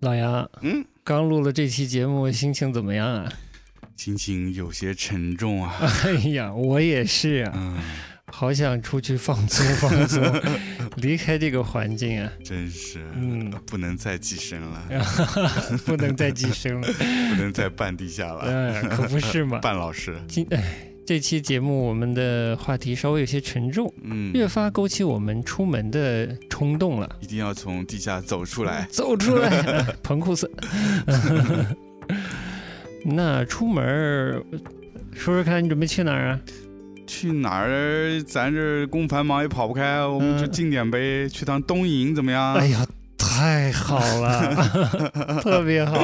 老杨，嗯，刚录了这期节目，心情怎么样 啊？心情有些沉重啊。 哎呀，我也是啊，嗯，好想出去放松放 松，离开这个环境啊，真是，嗯不能再跻身了，不能再寄生 了。不能再半地 下了。哎，可不是 嘛。半老师，今哎，这期节目我们的话题稍微有些沉重，嗯，越发勾起我们出门的冲动了。一定要从地下走出来。走出来， 呃彭库斯。 那出门儿，说说看你准备去哪儿啊？去哪儿？咱这工繁忙也跑不开，我们就近点呗，去趟东营怎么样？ 哎呀，太好 了，特别好。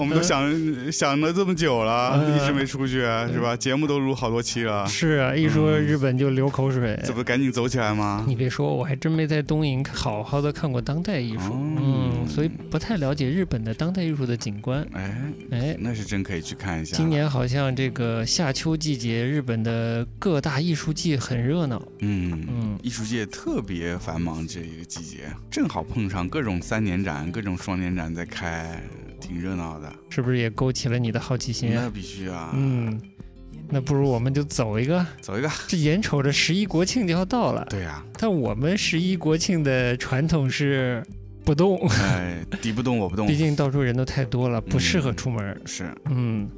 我们都想、想了这么久了，嗯一直没出去，啊是吧？节目都录好多期了，是啊，嗯一说嗯日本就流口水。这不赶紧走起来吗？你别说，我还真没在东瀛好好的看过当代艺术，哦嗯，所以不太了解日本的当代艺术的景观。哎，哎，那是真可以去看一下。今，年好像这个夏秋季节，日本的各大艺术季很热闹。嗯。嗯，艺术界特别繁忙，这一个季节正好碰上各种三年展、各种双年展在开，挺热闹的。是不是也勾起了你的好奇心啊？那必须啊，嗯，那不如我们就走一个。走一 个。这眼瞅着十一国庆就要到了，对呀、但我们十一国庆的传统是不动，哎，敌不动我不动毕，竟到处人都太多了，不适合出门。是嗯，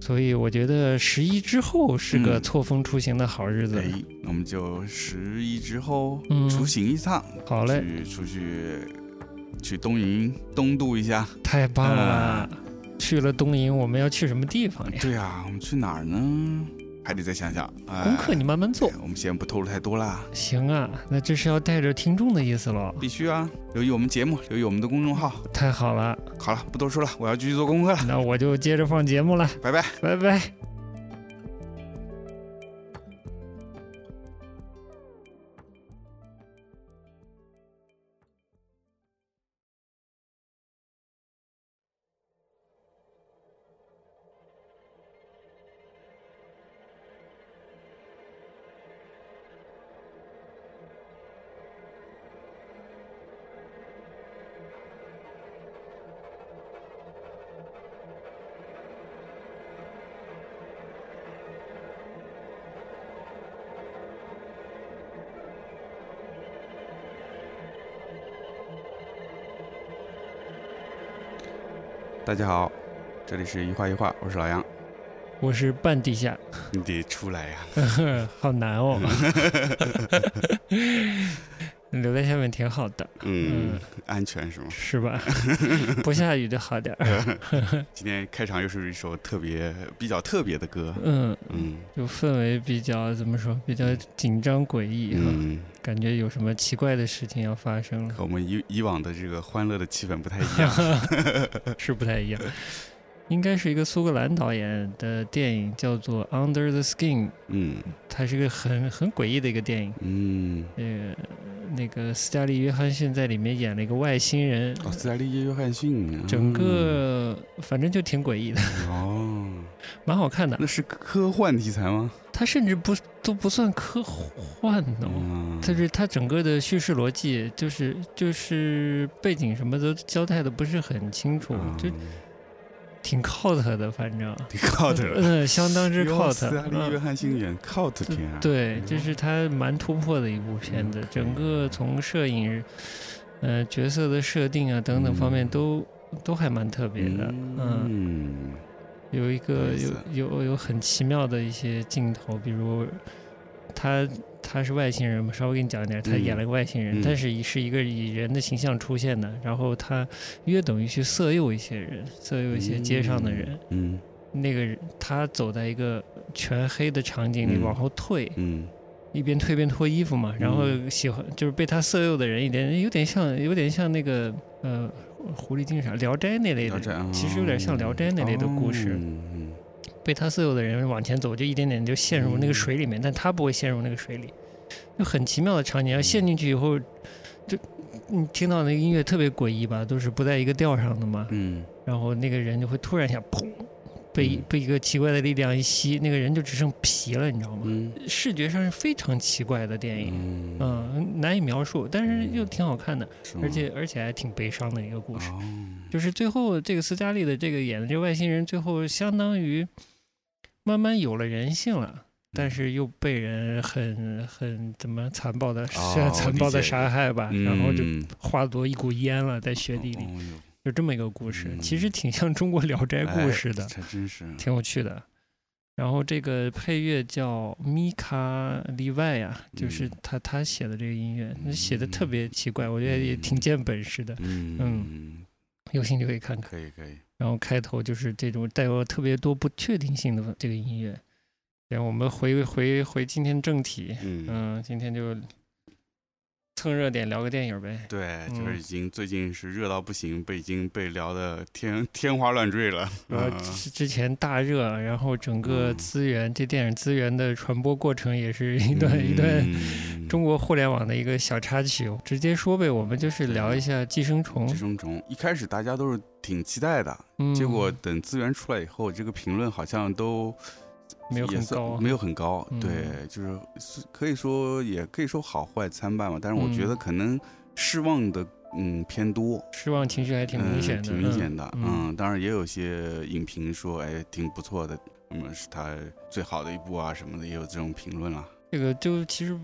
所以我觉得十一之后是个嗯错峰出行的好日子哎。，那我们就十一之后嗯，出行一趟，好嘞，去出去去东营东渡一下。太棒了！嗯去了东营，我们要去什么地哎方呀？对呀、我们去哪儿呢？还得再想想。哎、功课你慢慢做。我们先不透露太多啦，行啊，那这是要带着听众的意思喽。必须啊，留意我们节目，留意我们的公众号。太好 了，好了，不多说了，我要继续做功课了，那我就接着放节目了，拜拜。拜拜。大家好，这里是一画一画，我是老杨。我是半地下，你得出来呀、 好难哦。留在下面挺好的，嗯，安全是吗？是吧？不下雨就好点儿。今天开场又是一首特别比较特别的歌，嗯，嗯就氛围比较怎么说，比较紧张诡异哈，嗯，感觉有什么奇怪的事情要发生 了，和我们以以往的这个欢乐的气氛不太一样。是不太一样。应该是一个苏格兰导演的电影，叫做《Under the Skin》， 嗯它是一个很很诡异的一个电影。嗯，呃，那个斯嘉丽·约翰逊在里面演了一个外星人，哦，斯嘉丽·约翰逊，啊整个反正就挺诡异的， 嗯哦，蛮好看的。那是科幻题材吗？它甚至不都不算科幻呢，嗯，但是它整个的叙事逻辑就是就是背景什么都交代的不是很清楚，嗯就挺 cult 的，反正，挺 cult 了， 嗯，相当 之哟 cult。斯嘉丽·约嗯翰逊演 cult 片啊，对，嗯这是他蛮突破的一部片子，整个从摄影，呃，角色的设定啊等等方面嗯都、都还蛮特别的，嗯，嗯，有一个有意有思有有很奇妙的一些镜头，比如他他是外星人嘛，稍微给你讲一点，他嗯演了个外星人，嗯但是以是一个以人的形象出现的，然后他约等于去色诱一些人，色诱一些街上的人，嗯那个人他走在一个全黑的场景里嗯往后退，嗯一边退边脱衣服嘛，然后喜欢就是被他色诱的人一点有点像有点像那个呃狐狸精啥《聊斋》那类聊的，斋啊其实有点像《聊斋》那类的故事。嗯被他色诱的人往前走，就一点点就陷入那个水里面，但他不会陷入那个水里，就很奇妙的场景。要陷进去以后，就你听到那个音乐特别诡异吧，都是不在一个调上的嘛，嗯然后那个人就会突然一下砰被一嗯被一个奇怪的力量一吸，那个人就只剩皮了，你知道吗？嗯视觉上是非常奇怪的电影，嗯哎嗯，难以描述，但是又挺好看的，是吗而且而且还挺悲伤的一个故事。哦就是最后这个斯嘉丽的这个演的这个外星人，最后相当于慢慢有了人性了，但嗯是又被人很很怎么残暴的、哦残暴的理解杀害吧，然后就嗯化作一股烟了，在雪地里，哦哟就这么一个故事，嗯其实挺像中国《聊斋》故事的，哎这真是挺有趣的。然后这个配乐叫米卡例外呀，就是嗯他他写的这个音乐，嗯写的特别奇怪，我觉得也挺见本事的，嗯嗯有兴趣可以看看。可以可以然后开头就是这种带有特别多不确定性的这个音乐。然后我们回回回今天正题，嗯嗯，今天就蹭热点聊个电影呗。对，就是嗯已经最近是热到不行，被已经被聊的天天花乱 坠了。呃，嗯之之前大热，然后整个嗯资源，这电影资源的传播过程也是一段一段嗯中国互联网的一个小插曲。直接说呗，我们就是聊一下《寄生虫寄》，生虫一开始大家都是挺期待的，嗯，结果等资源出来以后，这个评论好像都没有也很算高啊，没有很高，嗯对，就是是可以说也可以说好坏参半吧，但是我觉嗯得可能失望的嗯偏多，失望情绪还挺明显的，嗯，挺明显的，嗯嗯，当然也有些影评说哎挺不错的，那么是他最好的一部啊什么的，也有这种评论啦，这个就其实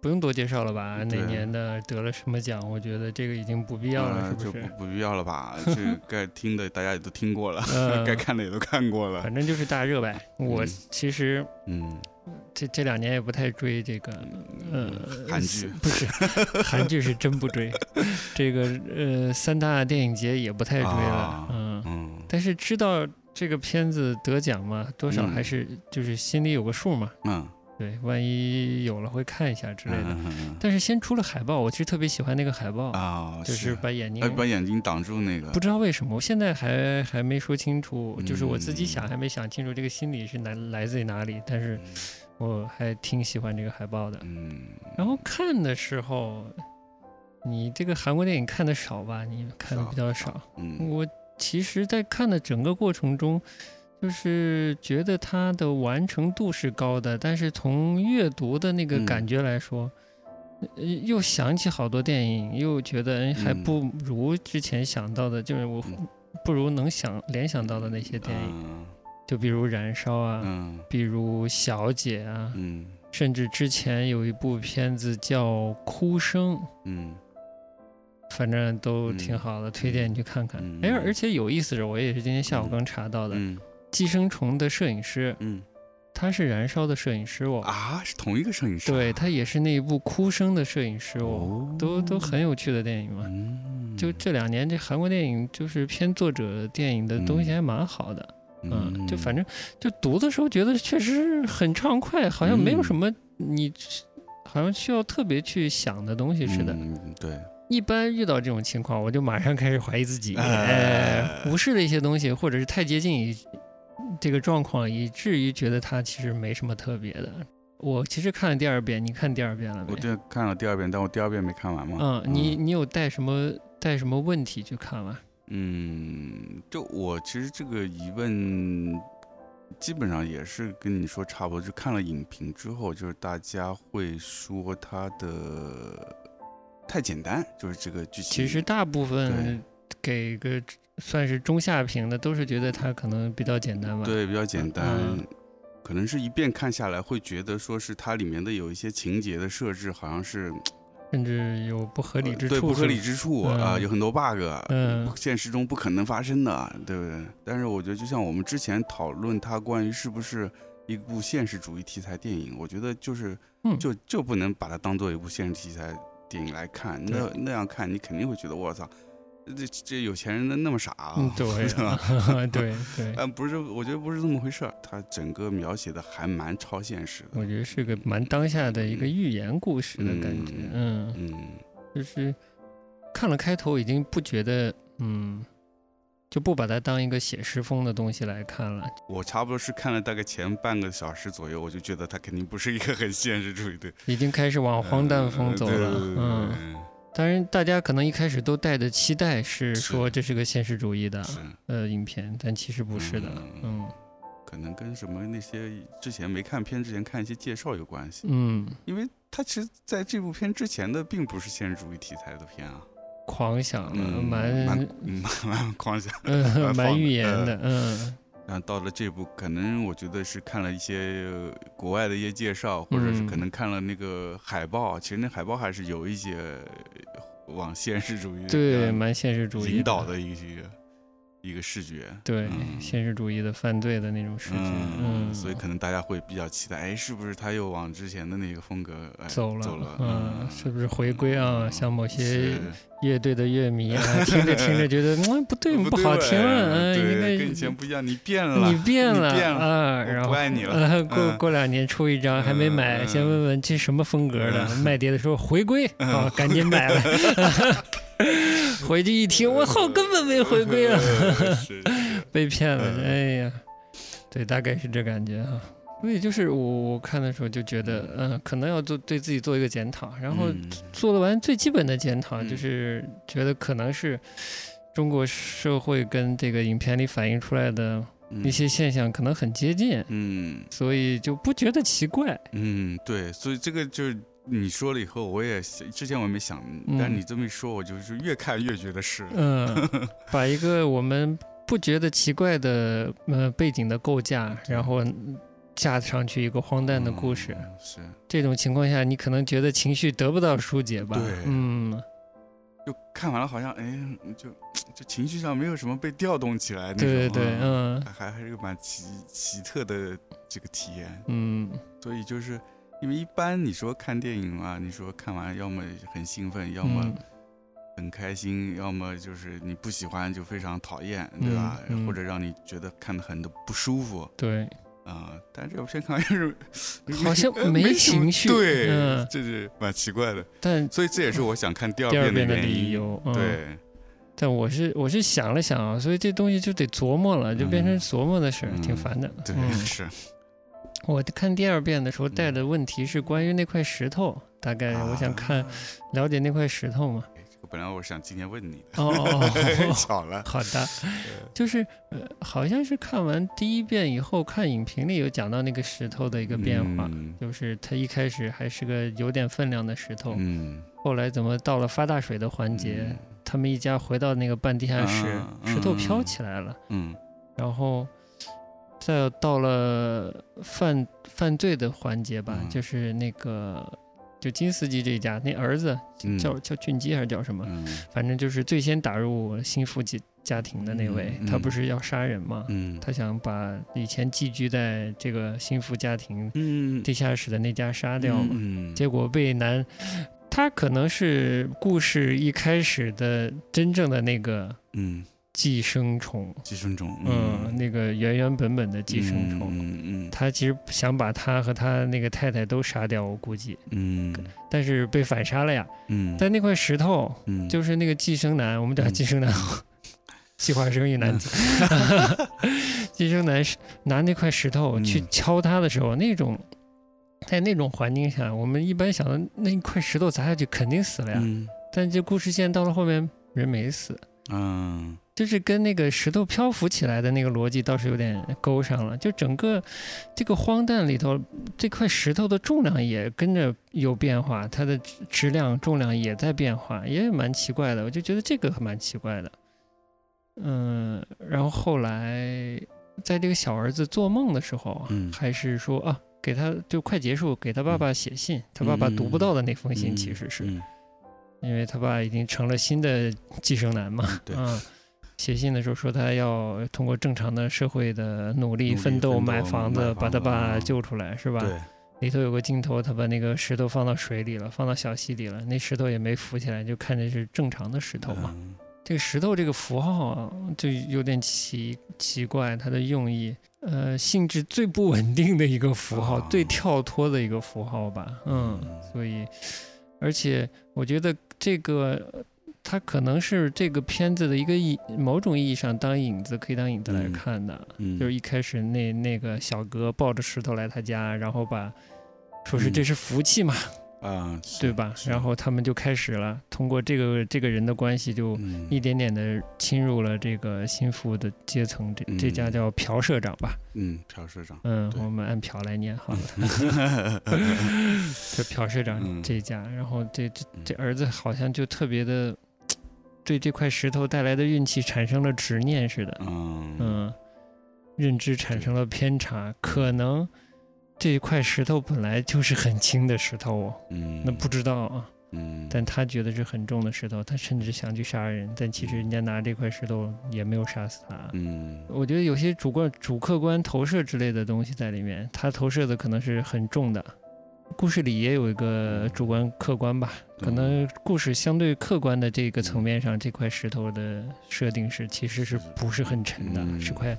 不用多介绍了吧？哪对年的得了什么奖？我觉得这个已经不必要了，呃是不？就是不不 必要了吧，这个该听的大家也都听 过了，呃，该看的也都看过了，反正就是大热呗。我嗯其实嗯，这这两年也不太追这个，呃，嗯韩剧不是韩剧是真不 追，这个呃三大电影节也不太追了啊，嗯，嗯但是知道这个片子得奖嘛，多少嗯还是就是心里有个数嘛。嗯对，万一有了会看一下之类的。嗯嗯但是先出了海报，我其实特别喜欢那个海报嗯，啊，就是把眼睛呃，把眼睛挡住那个，不知道为什么，我现在还还没说清楚，就是我自己嗯想还没想清楚这个心理是来来自于哪里，但是我还挺喜欢这个海报的。嗯，然后看的时候，你这个韩国电影看的少吧？你看的比较少。嗯我其实，在看的整个过程中，就是觉得它的完成度是高的，但是从阅读的那个嗯感觉来说，呃又想起好多电影，又觉得哎还嗯不如之前想到的，就是我嗯不如能想联想到的那些电影，影，就比如《燃烧》啊，嗯比如《小姐》啊，嗯甚至之前有一部片子叫《哭声》。嗯反正都挺嗯好的，推荐你去看看。嗯哎，而且有意思是，我也是今天下午刚查到的，嗯寄生虫的摄影师，嗯他是燃烧的摄影师哦，啊，是同一个摄影师啊，对他也是那一部哭声的摄影师哦，哦，都都很有趣的电影嘛。嗯，就这两年，这韩国电影就是偏作者电影的东西还蛮好的，嗯，就反正就读的时候觉得确实很畅快，好像没嗯有什么你好像需要特别去想的东西似的。嗯对，一般遇到这种情况，我就马上开始怀疑自己，哎哎，无视了一些东西，或者是太接近于这个状况，以至于觉得它其实没什么特别的。我其实看了第二遍，你看第二遍了我没？这看了第二遍，但我第二遍没看完嘛嗯，，你你有带什么带什么问题去看吗？嗯，就我其实这个疑问。基本上也是跟你说差不多，就看了影评之后，就是大家会说它的太简单，就是这个剧情。其实大部分给个算是中下评的，都是觉得它可能比较简单吧。对，比较简单。嗯可能是一遍看下来，会觉得说是它里面的有一些情节的设置，好像是甚至有不合理呃之对处不是吧。合理之处啊、嗯有很多 bug，、嗯不现实中不可能发生的，对不对？但是我觉得，就像我们之前讨论它关于是不是一部现实主义题材电影，我觉得就是嗯就就不能把它当做一部现实题材电影来看，那那样看你肯定会觉得我操，这这有钱人那么傻、啊嗯， 对， 对对，但呃不是，我觉得不是这么回事儿。它整个描写的还蛮超现实的。我觉得是个蛮当下的一个寓言故事的感觉，嗯，嗯就是看了开头已经不觉得，嗯，就不把它当一个写实风的东西来看了，我差不多是看了大概前半个小时左右，我就觉得它肯定不是一个很现实主义的哦已经开始往荒诞风走了，呃对对对对嗯，对当然，大家可能一开始都带的期待是说这是个现实主义的是呃影片，但其实不是的。嗯可能跟什么那些之前没看片之前看一些介绍有关系，嗯，因为它其实在这部片之前的并不是现实主义题材的片啊，狂想了，嗯，蛮蛮嗯 蛮狂想。嗯蛮蛮放预的言呃的，嗯然后到了这部，可能我觉得是看了一些呃国外的一些介绍，或者是可嗯能看了那个海报，其实那海报还是有一些呃往现实主义对，呃蛮现实主义引导的一些一个视觉，对嗯现实主义的犯罪的那种视觉，嗯，嗯，所以可能大家会比较期待，哎，是不是他又往之前的那个风格哎走走了了，？嗯，是不是回归啊？嗯像某些是乐队的乐迷 啊，听着听着觉得，嗯，不对，不好对哎听了，嗯，应该对，跟以前不一样，你变了，你变了，了变，啊，然我后不爱你了。呃，过嗯过两年出一张，还没买，先问问这什么风格的。嗯卖碟的时候回归，啊，赶紧买 了。回去一听，我操，根本没回归啊，呃 是是被骗了，嗯哎呀，对，大概是这感觉哈。所以就是我我看的时候就觉得，嗯，可能要做对自己做一个检讨，然后嗯做了完最基本的检讨，嗯就是觉得可能是中国社会跟这个影片里反映出来的一些现象可能很接近，嗯所以就不觉得奇怪。嗯，对，所以这个就是你说了以后，我也想之前我也没想，但是嗯你这么一说，我就是越看越觉得是，嗯， 把一个我们不觉得奇怪的呃背景的构架，然后架上去一个荒诞的故事，嗯是这种情况下，你可能觉得情绪得不到疏解吧？对嗯，就看完了，好像哎，就就情绪上没有什么被调动起来那种啊，对对对，嗯还还还是个蛮奇奇特的这个体验。嗯所以就是因为一般你说看电影啊，你说看完要么很兴奋，要么嗯很开心，要么就是你不喜欢就非常讨厌，对吧？嗯嗯或者让你觉得看得很的不舒服对，啊、但是这部片看完就是 好像没没什么情绪对，嗯这是蛮奇怪的。但所以这也是我想看第 二第二遍遍的原理因。由，嗯、。对，但我是我是想了想啊，所以这东西就得琢磨了，就变成琢磨的事儿，嗯挺烦的。对，嗯是，我看第二遍的时候带的问题是关于那块石头，大概哎我想看、啊了解那块石头嘛。这个本来我想今天问你的，哦哦，哦巧了。好的，就是呃，好像是看完第一遍以后，看影评里有讲到那个石头的一一个变化。嗯就是它一开始还是个有点分量的石头，嗯，后来怎么到了发大水的环节，嗯他们一家回到那个半地下室，啊石头飘嗯起来了，嗯然后再到了犯犯罪的环节吧，嗯就是那个就金斯基这一家那儿子嗯叫、叫俊基还是叫什么，嗯反正就是最先打入新富家家庭的那位，嗯嗯他不是要杀人吗？嗯，他想把以前寄居在这个新富家庭嗯地下室的那家杀掉嘛，嗯，结果被男。他可能是故事一开始的真正的那个嗯，寄生虫，寄生虫，嗯，那个原原本本的寄生虫。嗯嗯他其实想把他和他那个太太都杀掉，我估计，嗯但是被反杀了呀。嗯，但那块石头嗯就是那个寄生男，我们叫他嗯寄生男，计划生育男 子。寄生男是拿那块石头去嗯敲他的时候，那种在那种环境下，我们一般想到那一块石头砸下去肯定死了呀。嗯但这故事线到了后面，人没死，嗯就是跟那个石头漂浮起来的那个逻辑倒是有点勾上了。就整个这个荒诞里头，这块石头的重量也跟着有变化，它的质质量、重量也在变化，也蛮奇怪的。我就觉得这个蛮奇怪的。嗯，然后后来在这个小儿子做梦的时候，啊嗯还是说啊，给他就快结束，给他爸爸写信，他爸爸读不到的那封信，其实是、嗯因为他爸已经成了新的 寄生男嘛。对，嗯，写信的时候说他要通过正常的社会的努力努力奋斗奋买斗房买子，房把他子爸啊救出来，是吧？对，里头有个镜头，他把那个石头放到水里了，放到小溪里了，那石头也没浮起来，就看着是正常的石头嘛。嗯这个石头这个符号啊，就有点奇奇怪，它的用意，呃，性质最不稳定的一个符号，啊最跳脱的一个符号吧，嗯，嗯所以，而且我觉得这个呃它可能是这个片子的一个引，某种意义上当引子，可以当引子来嗯看的，嗯，就是一开始那那个小哥抱着石头来他家，然后把说是嗯这是福气嘛，啊，对吧？然后他们就开始了，通过这个这个人的关系，就一一点点的侵入了这个心腹的阶层。这这家嗯叫朴社长吧？嗯，朴社长，嗯，对我们按朴来念好了。 这朴社长嗯这家，然后这这嗯这儿子好像就特别的对这块石头带来的运气产生了执念似的，嗯嗯，认知产生了偏差，可能这一块石头本来就是很轻的石头哦，嗯，那不知道啊，嗯，但他觉得是很重的石头，他甚至想去杀人，但其实人家拿这块石头也没有杀死他，嗯我觉得有些主观、主客观投射之类的东西在里面，它投射的可能是很重的。故事里也有一个主观、客观吧，可能故事相对客观的这个层面上，这块石头的设定是其实是不是很沉的，嗯是块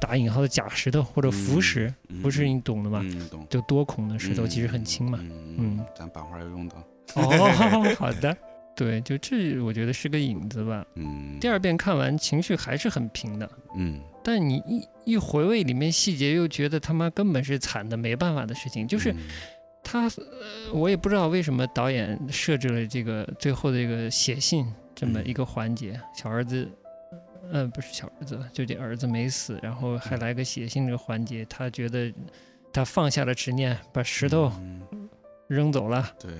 打引号的假石头或者浮石，不是你懂的吧？吗？嗯，懂。就多孔的石头其实很轻嘛。嗯，咱版画要用到。哦， 好的，对，就这我觉得是个引子吧。嗯，第二，遍看完情绪还是很平的，嗯，但你一一回味里面细节，又觉得他妈根本是惨的没办法的事情。嗯就是他，呃，我也不知道为什么导演设置了这个最后的一个写信这么一个环节。小儿子，嗯、不是小儿子，就这儿子没死，然后还来个写信这个环节。他觉得他放下了执念，把石头扔走了，嗯对，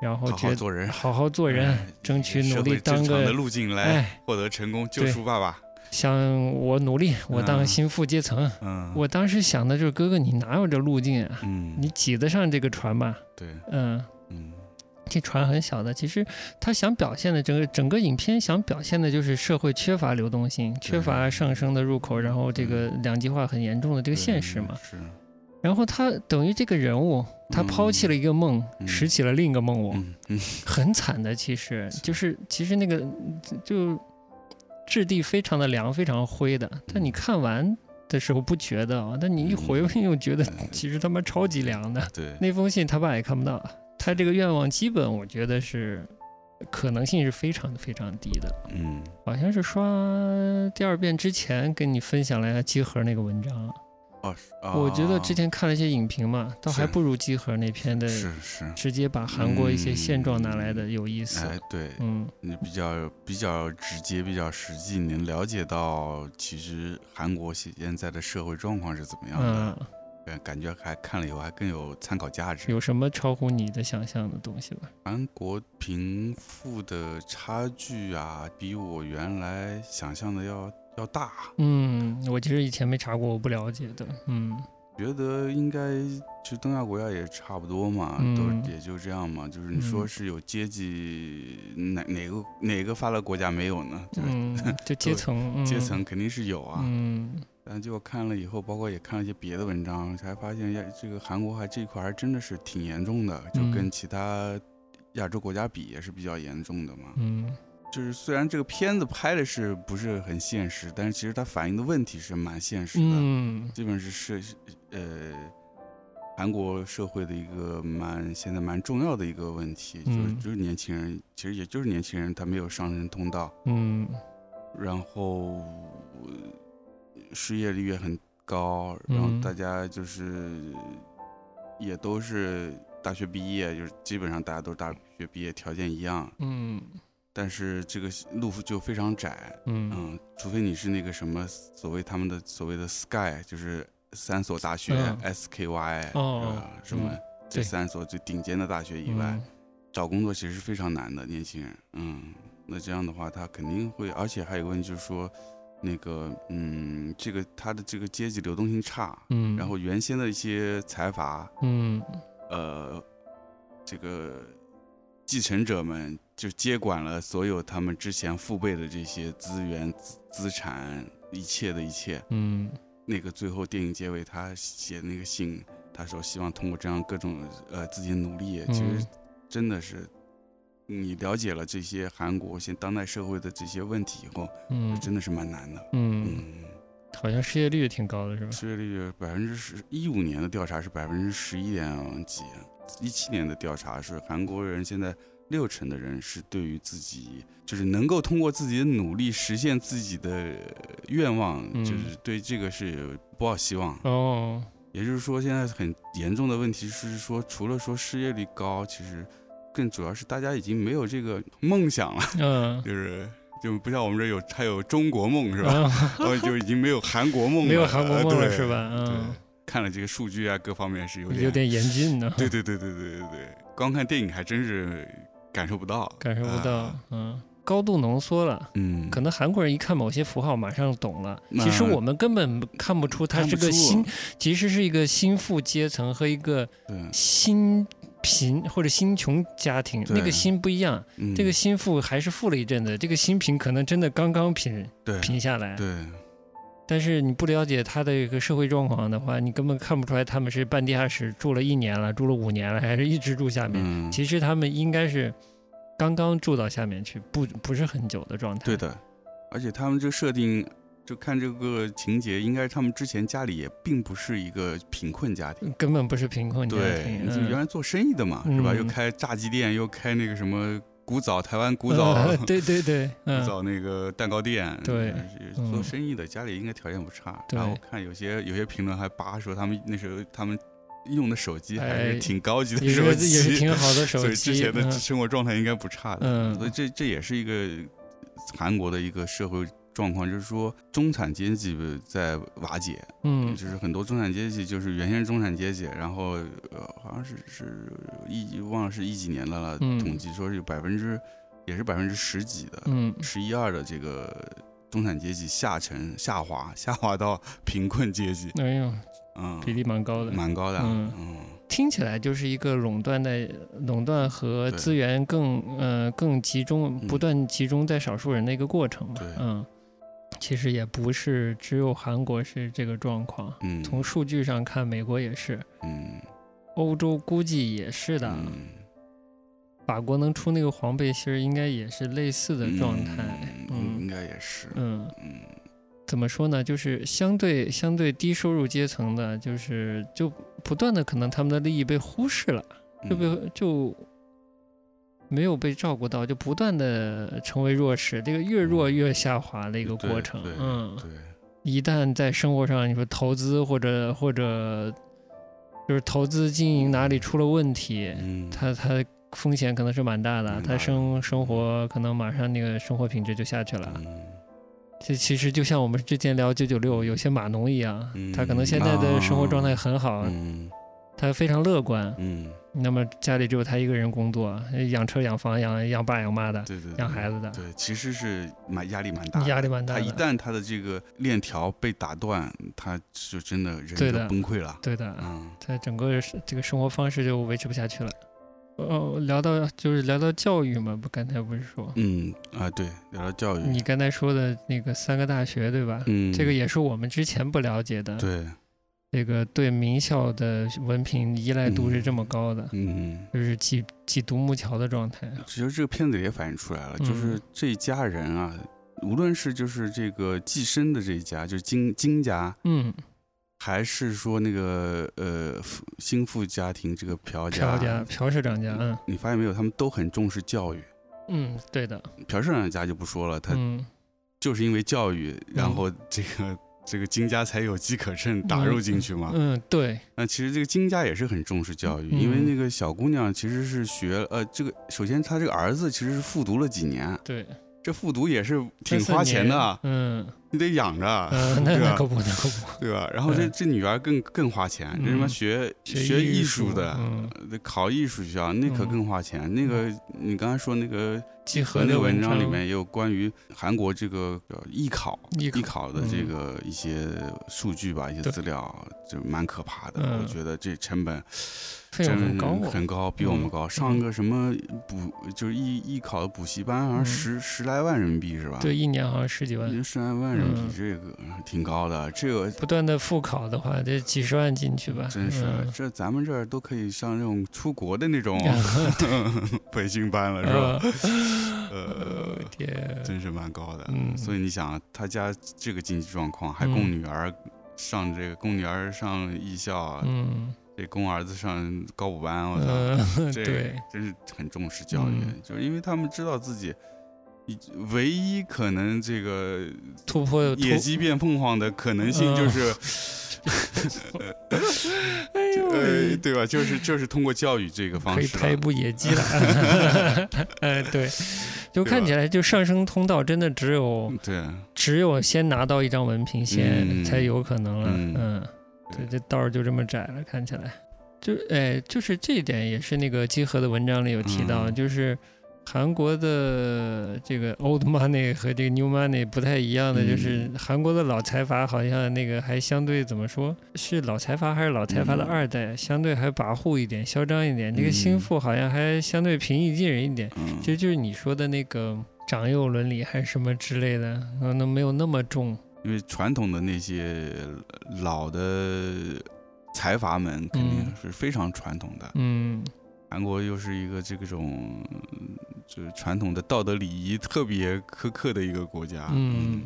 然后好觉好得做人，好好做人，哎争取努力当的个路径来哎，获得成功，救出爸爸。像我努力，我当嗯心腹阶层。嗯，我当时想的就是，哥哥，你哪有这路径啊？嗯，你挤得上这个船吧？对，嗯，嗯这船很小的。其实他想表现的整个整个影片想表现的就是社会缺乏流动性，缺乏上升的入口，然后这个两极化很严重的这个现实嘛。嗯是，然后他等于这个人物，他抛弃了一个梦，嗯拾起了另一个梦我，嗯嗯很惨的。其实是就是其实那个就质地非常的凉，非常灰的。但嗯你看完。的时候不觉得啊，但你一回味又觉得哎其实他妈超级凉的。对，那封信他爸也看不到，他这个愿望基本我觉得是可能性是非常非常低的。嗯好像是刷第二遍之前跟你分享了一下集合那个文章，哦，我觉得之前看了一些影评嘛，倒还是不如集合那篇的是是，直接把韩国一些现状拿来的有意思。哎，对，嗯，你比较比较直接，比较实际，你能了解到其实韩国现现在的社会状况是怎么样的，啊，感感觉还看了以后还更有参考价值。有什么超乎你的想象的东西吧？韩国贫富的差距啊，比我原来想象的要要大，嗯，我其实以前没查过，我不了解的。嗯觉得应该其实东亚国家也差不多嘛，嗯都也就这样嘛。就是你说嗯是有阶级，哪哪个哪个发达国家没有呢？对吧？ 嗯，就阶层，嗯阶层，肯定是有啊。嗯但结果看了以后，包括也看了一些别的文章，才发现呀，这个韩国还这一块还真的是挺严重的，就嗯跟其他亚洲国家比也是比较严重的嘛。嗯。就是虽然这个片子拍的是不是很现实，但是其实它反映的问题是蛮现实的，嗯基本是是呃韩国社会的一个蛮现在蛮重要的一个问题，就是嗯就是年轻人，其实也就是年轻人他没有上升通道，嗯然后呃失业率也很高，然后嗯大家就是也都是大学毕业，就是基本上大家都是大学毕业，条件一样，嗯但是这个路就非常窄，嗯嗯，除非你是那个什么所谓他们的所谓的 sky，就是三所大学、嗯 SKY，哦是吧什么嗯这对三所最顶尖的大学以外，找工作其实是非常难的，年轻人。嗯，那这样的话，他肯定会，而且还有一个问题就是说，那个，嗯，这个他的这个阶级流动性差，嗯，然后原先的一些财阀，嗯呃，这个继承者们就接管了所有他们之前父辈的这些资源、资资产，一切的一切。嗯那个最后电影结尾他写的那个信，他说希望通过这样各种呃自己的努力，其实嗯真的是你了解了这些韩国现当代社会的这些问题以后，嗯真的是蛮难的。嗯，嗯，好像失业率也挺高的是吧？失业率百分之十，一五年的调查是百分之十一点几，一七年的调查是韩国人现在六成的人是对于自己就是能够通过自己的努力实现自己的愿望，嗯就是对这个是抱希望。哦，也就是说，现在很严重的问题是说，除了说失业率高，其实更主要是大家已经没有这个梦想了，嗯，就是就不像我们这有还有中国 梦是 吧？啊，哦，就已经没有韩国梦了，呃没有韩国梦了对是吧？对嗯，，看了这个数据啊，各方面是有点有点严禁呢，对对对对对对对，光看电影还真是感受不到，感受不到啊，嗯，高度浓缩了。嗯，可能韩国人一看某些符号马上懂了，那其实我们根本看不出它嗯看是不个出啊新，其实是一个新富阶层和一个对，新贫或者新穷家庭，对那个新不一样。嗯这个新富还是富了一阵子，这个新贫可能真的刚刚贫对贫下来。对但是你不了解他的一个社会状况的话，你根本看不出来他们是半地下室住了一年了，住了五年了，还是一直住下面。嗯，其实他们应该是刚刚住到下面去，不不是很久的状态。对，的，而且他们这个设定。就看这个情节，应该他们之前家里也并不是一个贫困家庭，根本不是贫困嗯家对，庭。就嗯原来做生意的嘛，是吧？嗯又开炸鸡店，又开那个什么古早台湾 古早、呃 对对对，古嗯，早那个蛋糕店，对呃是嗯做生意的家里应该条件不差。对然后看有些有些评论还扒说他们那时候他们用的手机还哎是挺高级的也是手也机，是挺好的手所以之机。前的嗯生活状态应该不差的。嗯所以这这也是一个韩国的一个社会状况，就是说中产阶级在瓦解，嗯就是很多中产阶级，就是原先是中产阶级，然后呃，好像是是一忘了是一几年的了，嗯统计说是有百分之也是百分之十几的，嗯十一二的这个中产阶级下沉下滑，下滑到贫困阶级，哎呦，嗯，比例蛮高的，蛮高的，嗯嗯听起来就是一个垄断的垄断和对资源更呃更集中，嗯不断集中在少数人的一个过程吧对。嗯，其实也不是只有韩国是这个状况，嗯，从数据上看，美国也是，嗯欧洲估计也是的。嗯法国能出那个黄背心儿，应该也是类似的状态。嗯，嗯应该也是，嗯，嗯怎么说呢？就是相对相对低收入阶层的，就是就不断的可能他们的利益被忽视了。嗯，就被就没有被照顾到，就不断的成为弱势，这个越弱越下滑的一个嗯对过程对。嗯，对，一旦在生活上你说投资或者或者就是投资经营哪里出了问题，嗯，它它风险可能是蛮大的，蛮大它的生生活可能马上那个生活品质就下去了。嗯这其实就像我们之前聊九九六有些码农一样，他可能嗯现在的生活状态啊很好，嗯他非常乐观，嗯，那么家里只有他一个人工作，养车、养房、养养爸、养妈的，对对，对养孩子的，对，其实是蛮压力蛮大的，压力蛮大他的。一旦他的这个链条被打断，他就真的人对就的崩溃了。对的，嗯他整个是这个生活方式就维持不下去了。哦，聊到就是聊到教育嘛，不刚才不是说嗯啊，对，聊聊教育你，刚才说的那个三个大学对吧？嗯，这个也是我们之前不了解的，对，这个对名校的文凭依赖度是这么高的，嗯，就是挤挤独木桥的状态。其实这个片子里也反映出来了，就是嗯这一家人啊，无论是就是这个寄生的这一家，就是金金家，嗯，还是说那个呃富新富家庭这个朴朴家朴社长家，嗯你发现没有，他们都很重视教育。嗯，对的，朴社长家就不说了，他嗯，就是因为教育，然嗯后这个这个金家才有机可乘，打入进去嘛。嗯对，那其实这个金家也是很重视教育，嗯因为那个小姑娘其实是学呃，这个首先她这个儿子其实是复读了几年，对，这复读也是挺三四花钱的啊，年嗯。你得养着， 嗯，那对那吧可？不，那可 不，对吧？然后这嗯这女儿更更花钱，这他妈嗯学学学艺艺术术的嗯，呃考艺术学校那可嗯更花钱。那个你刚才说那个集合和那的个文章章里面也有关于韩国这个呃艺考。一艺口，考的这个一些数据吧，一些嗯对资料就蛮可怕的。嗯我觉得这成本费用很真高嗯哦，很高，比我们高。上个什么补就是艺艺考的补习班，好像嗯十十来万人民币是吧？对，，一年好像十几万，十来万人民嗯币，这个挺高的。这个不断的复考的话，得几十万进去吧，真是嗯这咱们这儿都可以上那种出国的那种嗯 培训班了，是吧？呃， 呃， 也，真是蛮高的。嗯所以你想，他家这个经济状况，还供嗯女儿上这个，供女儿上艺校，嗯，得供儿子上高补班，啊我操，呃，这对，真是很重视教育，嗯就是因为他们知道自己。一唯一可能这个突破突野鸡变凤凰的可能 嗯性就是哎呦呃，喂，对吧？就是就是通过教育这个方可以式拍一了，部野鸡 了。 呃，对，就对看吧起来就上升通道真的只有嗯对，只有先拿到一张文凭先嗯才有可能了。嗯嗯，对，这道儿就这么窄了，看起来。就哎，就是这一点也是那个集合的文章里有提到，嗯就是韩国的这个 old money 和这个 new money 不太一样的，嗯就是韩国的老财阀好像那个还相对怎么说是老财阀还是老财阀的嗯二代，相对还跋扈一点、嚣张一点。这个嗯心腹好像还相对平易近人一点。嗯，其实就是你说的那个长幼伦理还是什么之类的，可能没有那么重。因为传统的那些老的财阀们肯定嗯是非常传统的，嗯，韩国又是一个这种嗯就是传统的道德礼仪特别苛刻的一个国家，嗯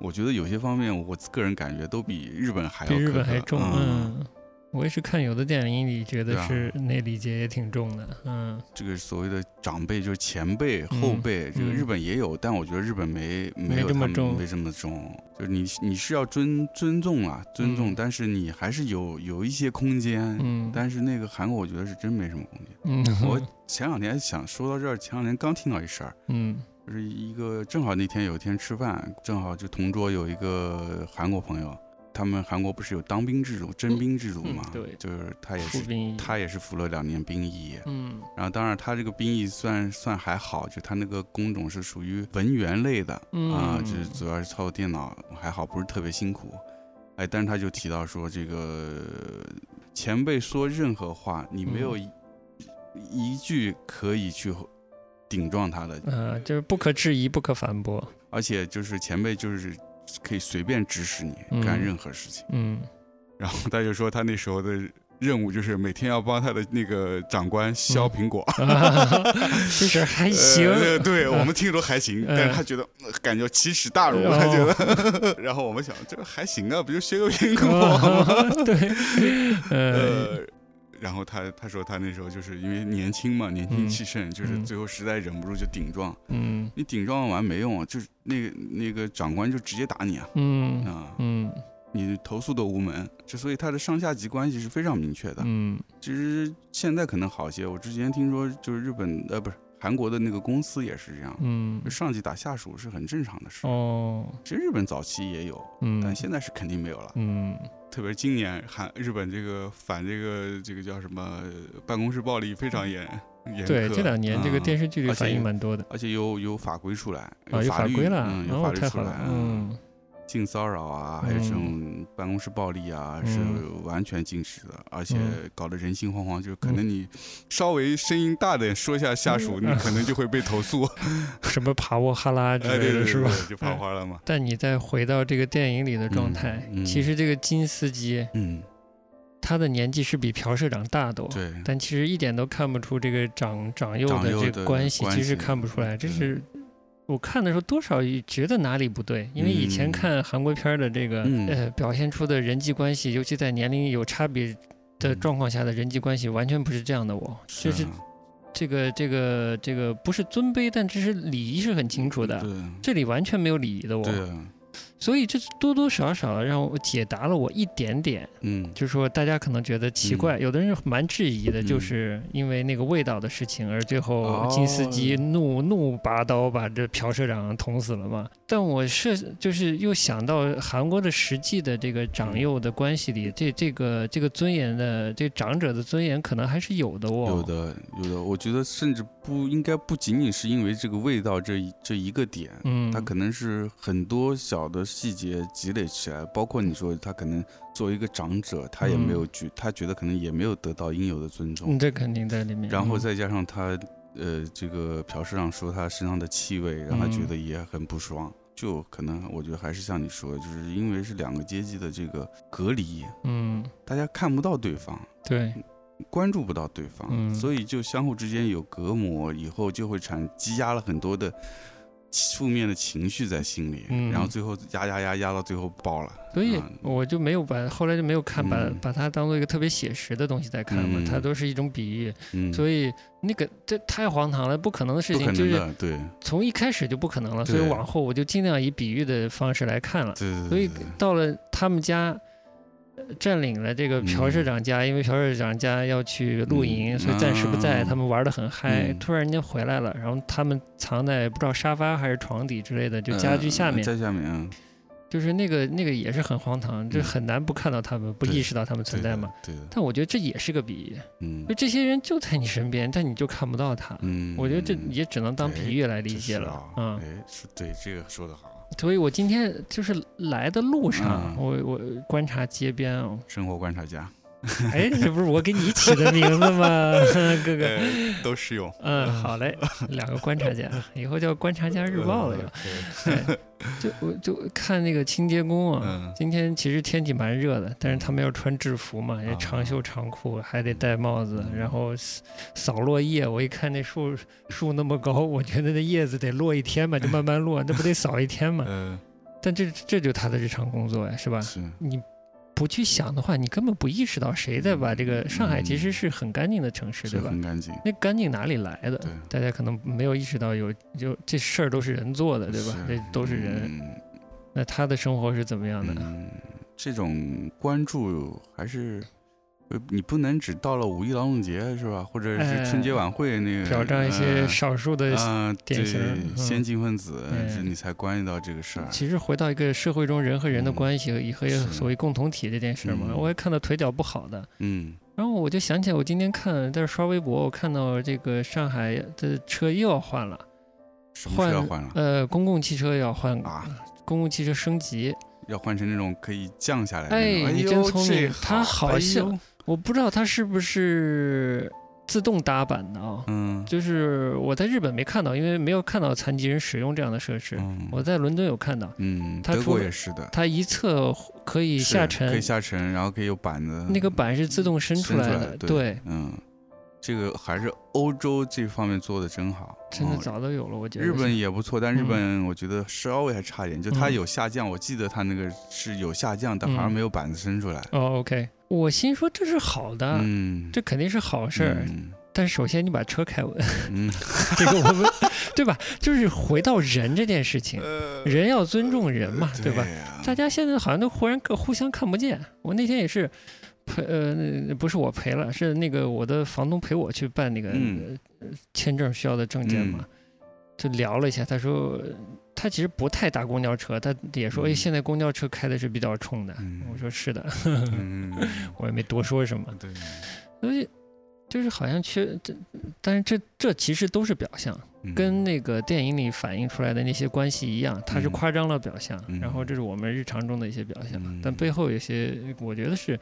我觉得有些方面，我个人感觉都比日本还要比日苛本刻还重。嗯，嗯，我也是看有的电影里觉得对啊是那礼节也挺重的。嗯这个所谓的长辈就是前辈、后辈，这个嗯日本也有，但我觉得日本没没没有这么他们重没这么重。就是你你是要尊尊重啊，尊重，嗯但是你还是有有一些空间。嗯但是那个韩国，我觉得是真没什么空间。嗯，我前两天想说到这儿，前两天刚听到一事儿， 嗯就是一个正好那天有一天吃饭，正好就同桌有一个韩国朋友，他们韩国不是有当兵制度、征兵制度嗯嘛，对就是他也服是兵役，他也是服了两年兵役，嗯然后当然他这个兵役算算还好，就他那个工种是属于文员类的啊、嗯就是主要是操作电脑，还好不是特别辛苦。哎，但是他就提到说，这个前辈说任何话，你没有一,、嗯一句可以去顶撞他的，啊，就是不可质疑，不可反驳。而且就是前辈就是可以随便指使你嗯干任何事情。 嗯然后他就说他那时候的任务就是每天要帮他的那个长官削苹果。啊，就是嗯还行。呃对嗯我们听着还行，但是他觉得呃感觉奇耻大辱，哦他觉得。 然后我们想，这还行啊，不就削个苹果吗？啊 对，呃，呃，然后他他说他那时候就是因为年轻嘛，年轻气盛，就是嗯最后实在忍不住就顶撞。嗯你顶撞完没用，就是那个那个长官就直接打你啊嗯啊！嗯你投诉都无门，就所以他的上下级关系是非常明确的。嗯其实现在可能好些，我之前听说就是日本呃不是韩国的那个公司也是这样，嗯就，上级打下属是很正常的事。哦，其实日本早期也有，但嗯现在是肯定没有了。嗯特别是今年韩日本这个反这个这个叫什么呃办公室暴力非常严严苛。对，这两年这个电视，视剧里而且反应蛮多的而且有有法规出来，啊，有法法律规了，嗯，有法哦，律太出好了来，， 嗯性骚扰啊，还有这种办公室暴力啊，嗯是完全禁止的，而且嗯搞得人心惶惶。就是可能你稍微声音大点说一下下属，嗯你可能就会被 投诉。什么爬沃哈拉之哎，类对对的，对是吧？对就跑花了嘛。但你再回到这个电影里的状态，嗯嗯其实这个金司机嗯，他的年纪是比朴社长大的、哦，对。但其实一点都看不出这个长长幼长的幼这的个关系，关其实系嗯看不出来。这对是我看的时候多少也觉得哪里不对，因为以前嗯看韩国片儿的这个、嗯呃表现出的人际关系，尤其在年龄有差别的嗯状况下的人际关系，完全不是这样的我，就是啊这个这个这个不是尊卑，但只是礼仪是很清楚的。对这里完全没有礼仪的我，对啊，所以这多多少少让我解答了我一点点，嗯，就是说大家可能觉得奇怪，有的人蛮质疑的，嗯就是因为那个味道的事情，而最后哦金司机怒怒拔刀把这朴社长捅死了嘛。但我是就是又想到韩国的实际的这个长幼的关系嗯里，这这个这个尊严的这长者的尊严可能还是有的哦，有的有的，我觉得甚至不应该不仅仅是因为这个味道这一这一个点，嗯，它可能是很多小的细节积累起来，包括你说他可能作为一个长者，他也没有觉，他觉得可能也没有得到应有的尊重嗯，，这肯定在里面。然后嗯再加上他呃这个朴市长说他身上的气味，让他觉嗯得也很不爽。就可能，我觉得还是像你说的，就是因为是两个阶级的这个隔离，嗯，大家看不到对方，对，关注不到对方，嗯所以就相互之间有隔膜，以后就会产积压了很多的负面的情绪在心里，嗯然后最后压压压压到最后爆了。所以啊我就没有把后来就没有看把嗯把它当做一个特别写实的东西在看嘛，嗯它都是一种比喻，嗯，所以以那个这太荒唐了，不可能的事不可情，就能是的，对从一开始就不可能了，所以对往后我就尽量以比喻的方式来看了，对对对，所以对到了他们家。呃占领了这个朴市长家，因为朴市长家要去露营，嗯所以暂时不在。啊他们玩的很嗨，嗯突然间回来了，然后他们藏在不知道沙发还是床底之类的，就家具下呃面，在下面啊，就是那个那个也是很荒唐，就是很难不看到他们，不对意识到他们存嗯对在的嘛。？对的，但我觉得这也是个比喻，嗯就这些人就在你身边，但你就看不到他。嗯，我觉得这也只能当比喻来理解了，嗯。嗯真是啊，哎，是对这个说的好，所以我今天就是来的路上，嗯我我观察街边哦，生活观察家， 哎，这不是我给你起的名字吗， 哥哥？呃都适用。嗯，好嘞，两个观察家，以后叫观察家日呃报 了呀。就我就看那个清洁工啊，嗯今天其实天气蛮热的，但是他们要穿制服嘛，也长袖长裤，还得戴帽子，啊嗯然后扫扫落叶。我一看那树树那么高，我觉得那叶子得落一天吧，就慢慢落， 那不得扫一天嘛？嗯，但这这就是他的日常工作呀，是吧呃，？是，你不去想的话，你根本不意识到谁在把这个上海其实是很干净的城市，嗯是对吧很？干净，那干净哪里来的？对，大家可能没有意识到有就这事儿都是人做的，对吧？是这都是人。嗯那他的生活是怎么样的？嗯，这种关注还是。呃你不能只到了五一劳动节是吧，或者哎是春节晚会那个表彰一些呃少数的，啊，典型儿对嗯先进分子，哎这你才关系到这个事儿。其实回到一个社会中人和人的嗯关系以和是所谓共同体这件事儿嘛。嗯我也看到腿脚不好的，嗯然后我就想起来，我今天看在这刷微博，我看到这个上海的车又要换了，什么时候要换了？呃，公共汽车要换，啊，公共汽车升级。要换成那种可以降下来的哎那种。你呦真聪明这它好哎呦像我不知道它是不是自动搭板的啊、嗯就是我在日本没看到，因为没有看到残疾人使用这样的设施。嗯我在伦敦有看到，嗯，它德除国了也是的，它一侧可以是下沉，可以下沉，然后可以有板子，那个板是自动伸嗯伸出来的。的，，嗯。这个还是欧洲这方面做的真好，真的嗯早都有了，我觉得。日本也不错，但日嗯本我觉得稍微还差一点，就它嗯有下降，我记得它那个是有下降，但好像嗯没有板子伸出来。哦，OK，我心说这是好的。嗯，啊这肯定是好事儿，嗯但首先你把车开稳， 嗯，这个我们， 对吧？就是回到人这件事 情，呃人要尊重人嘛，对吧？嗯呀大家现在好像都忽然各互相看不见。我那天也是陪呃那不是我陪了，是那个我的房东陪我去办那个、嗯呃签证需要的证件嘛，就聊了一下。他说他其实不太搭公交车，他也说、嗯哎现在公交车开的是比较冲的。嗯我说是的， 嗯，我也没多说什么。对，所以就是好像缺这，但是这这其实都是表象。嗯跟那个电影里反映出来的那些关系一样，它是嗯夸张了表象，嗯然后这是我们日常中的一些表象，嗯但背后有些我觉得是